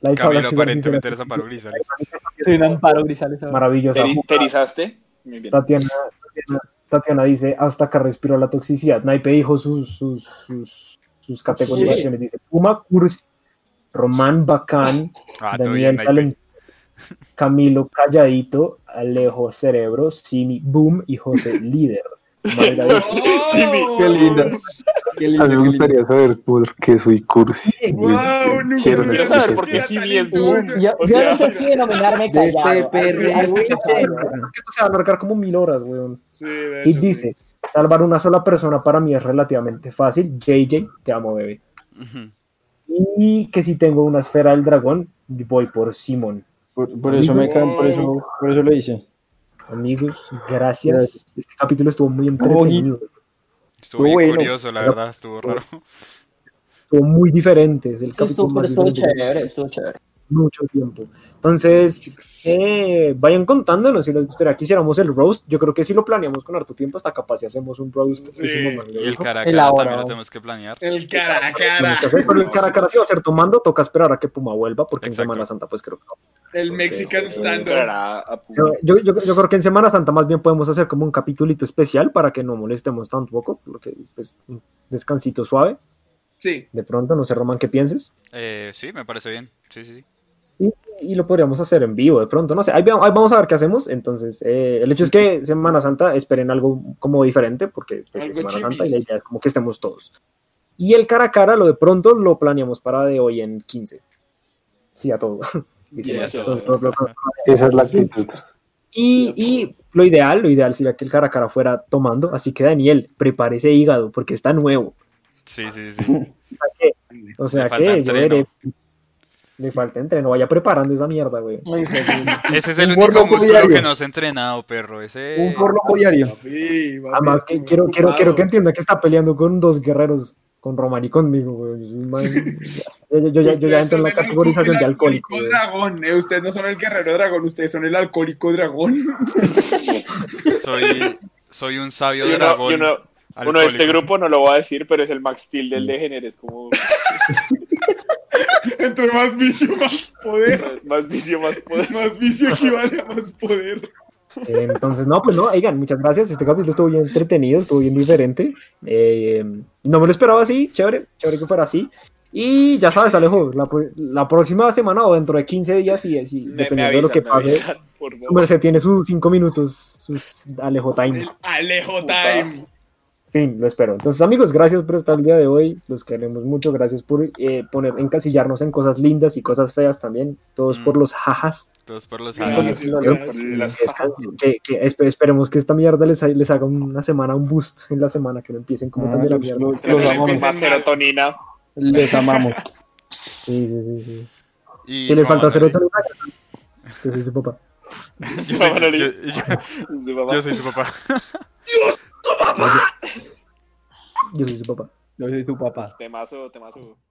Speaker 2: La hija Blanca
Speaker 5: Camilo
Speaker 2: Iván dice,
Speaker 5: aparentemente les amparó Grisales.
Speaker 8: Soy un amparo grisales. ahora.
Speaker 2: Maravillosa.
Speaker 4: Teri- ¿Terizaste? Muy bien.
Speaker 2: Tatiana, Tatiana, Tatiana dice, hasta que respiró la toxicidad. Naipe dijo sus, sus, sus, sus categorizaciones. Dice, Puma Cursi, Román Bacán,
Speaker 5: Ah, todo
Speaker 2: Daniel
Speaker 5: bien, Naipe.
Speaker 2: Talentoso, Camilo Calladito, Alejo Cerebro, Simi Boom y José Líder. Mayra dice,
Speaker 4: Timmy,
Speaker 9: Qué lindo. Qué
Speaker 7: A
Speaker 9: lindo,
Speaker 7: mí me
Speaker 9: qué lindo.
Speaker 7: gustaría saber por qué soy cursi.
Speaker 6: Wow, nunca
Speaker 7: Quiero
Speaker 6: hubiera
Speaker 4: Quiero saber
Speaker 7: escuchar.
Speaker 4: por qué Jimmy es
Speaker 8: Yo,
Speaker 4: dulce.
Speaker 8: yo
Speaker 4: O sea,
Speaker 8: no sé si denominarme
Speaker 9: De
Speaker 8: callado.
Speaker 9: este perro.
Speaker 2: que esto se va a alargar como mil horas, weón.
Speaker 6: Sí, de
Speaker 2: Y
Speaker 6: hecho, sí.
Speaker 2: dice, salvar una sola persona para mí es relativamente fácil. JJ, te amo, bebé.
Speaker 5: Ujú.
Speaker 2: Y que si tengo una esfera del dragón, voy por Simon.
Speaker 9: Por, por eso me caen, por eso, por eso lo hice.
Speaker 2: Amigos, gracias.
Speaker 9: Gracias.
Speaker 2: Este capítulo estuvo muy entretenido.
Speaker 5: Estuvo bien
Speaker 9: Bueno.
Speaker 5: curioso, la verdad, estuvo raro.
Speaker 2: Estuvo muy diferente. Es el
Speaker 8: Sí,
Speaker 2: capítulo
Speaker 8: estuvo, pero
Speaker 2: más
Speaker 8: estuvo
Speaker 2: diferente de
Speaker 8: chévere, estuvo chévere.
Speaker 2: mucho tiempo. Entonces,
Speaker 8: pues.
Speaker 2: eh, vayan contándonos si les gustaría que hiciéramos el roast. Yo creo que si lo planeamos con harto tiempo, hasta capaz si hacemos un roast.
Speaker 6: Sí.
Speaker 2: es un momento,
Speaker 5: Y el
Speaker 2: ¿no?
Speaker 5: cara a cara
Speaker 8: Elaborado.
Speaker 5: también lo tenemos que planear.
Speaker 6: El cara a cara.
Speaker 2: Tenemos que hacer, Pero el cara a cara sí va a ser tomando, toca esperar a que Puma vuelva, porque
Speaker 5: Exacto.
Speaker 2: en Semana Santa pues creo que no.
Speaker 6: El Mexican stand-up.
Speaker 4: Esperará a
Speaker 2: Se va- Yo, yo- yo creo que en Semana Santa más bien podemos hacer como un capitulito especial para que no molestemos tampoco, porque pues un descansito suave,
Speaker 6: Sí.
Speaker 2: de pronto, no sé Román, qué pienses.
Speaker 5: Eh, sí, me parece bien. Sí, sí, sí.
Speaker 2: Y, y lo podríamos hacer en vivo, de pronto, no sé, ahí, vea- ahí vamos a ver qué hacemos. Entonces, eh, el hecho es que Semana Santa esperen algo como diferente, porque pues,
Speaker 6: Algo
Speaker 2: es Semana
Speaker 6: chipis.
Speaker 2: Santa y la idea es como que estemos todos. Y el cara a cara, lo de pronto, lo planeamos para de hoy en 15. Sí, a todo. Y sí,
Speaker 5: Sí, a
Speaker 2: entonces,
Speaker 5: todo.
Speaker 2: lo- lo- lo-
Speaker 7: Esa es la actitud.
Speaker 2: Y, y lo ideal, lo ideal sería que el cara a cara fuera tomando. Así que Daniel, prepárese hígado porque está nuevo.
Speaker 5: Sí, sí, sí.
Speaker 2: O sea
Speaker 5: Le
Speaker 2: que
Speaker 5: falta
Speaker 2: yo
Speaker 5: entreno.
Speaker 2: veré. Le falta entreno, vaya preparando esa mierda, güey.
Speaker 8: Muy bien.
Speaker 5: Ese es el
Speaker 9: Un
Speaker 5: único
Speaker 9: gordo
Speaker 5: músculo
Speaker 9: diario.
Speaker 5: que no has entrenado, perro.
Speaker 9: Un
Speaker 4: Eh,
Speaker 5: Ese.
Speaker 9: corloco diario.
Speaker 6: Papi, papi,
Speaker 2: Además,
Speaker 6: estoy
Speaker 2: Ah, que quiero, quiero,
Speaker 6: muy
Speaker 2: quiero que
Speaker 6: ocupado.
Speaker 2: entienda que está peleando con dos guerreros, con Román y conmigo, güey. Yo soy un man- Yo, yo- yo ya, yo ya
Speaker 6: Ustedes
Speaker 2: entro en la
Speaker 6: son el
Speaker 2: categorización
Speaker 6: alco-
Speaker 2: de
Speaker 6: el
Speaker 2: alcohólico. güey.
Speaker 6: dragón, eh. Ustedes no son el guerrero dragón, ustedes son el alcohólico dragón.
Speaker 5: Soy, soy un sabio
Speaker 4: Y uno, y
Speaker 5: dragón.
Speaker 4: uno- uno de
Speaker 5: alcohólico.
Speaker 4: este grupo no lo voy a decir, pero es el Max Steel
Speaker 2: Mm.
Speaker 4: del Degeneres, como
Speaker 6: Entre más vicio, más poder.
Speaker 4: más vicio, más poder.
Speaker 6: Más vicio equivale a más poder.
Speaker 2: Entonces, no, pues no, oigan, muchas gracias. Este capítulo estuvo bien entretenido, estuvo bien diferente. Eh, no me lo esperaba así, chévere, chévere que fuera así. Y ya sabes, Alejo, la, pro- la próxima semana o dentro de 15 días, y, y
Speaker 4: Me- me
Speaker 2: dependiendo de
Speaker 4: avisan,
Speaker 2: lo que
Speaker 4: me
Speaker 2: pase,
Speaker 4: avisan, por favor.
Speaker 2: hombre, se tiene sus 5 minutos, sus Alejo Time.
Speaker 6: El Alejo
Speaker 4: Puta.
Speaker 6: Time.
Speaker 2: fin, lo espero. Entonces, amigos, gracias por estar el día de hoy. Los queremos mucho. Gracias por eh, poner, encasillarnos en cosas lindas y cosas feas también. Todos
Speaker 5: Mm.
Speaker 2: por los jajas.
Speaker 5: Todos por los alas.
Speaker 6: Gracias, gracias.
Speaker 2: Descansen. Que, que esp- esperemos que esta mierda les, ha- les haga una semana, un boost en la semana, que no empiecen como tan de la
Speaker 9: Los,
Speaker 2: mierda.
Speaker 9: los- los
Speaker 4: Los
Speaker 9: amamos.
Speaker 4: más serotonina.
Speaker 9: Les amamos.
Speaker 2: Sí, sí, sí. sí. Ah,
Speaker 5: Y
Speaker 2: Y les falta hacer
Speaker 5: Manuel.
Speaker 2: otro. Que soy su papá.
Speaker 5: Yo soy,
Speaker 4: Manuel.
Speaker 5: yo- yo-
Speaker 4: Sí, papá.
Speaker 5: yo soy su papá.
Speaker 2: Yo soy su papá.
Speaker 9: Yo soy tu papá.
Speaker 4: Temazo, temazo.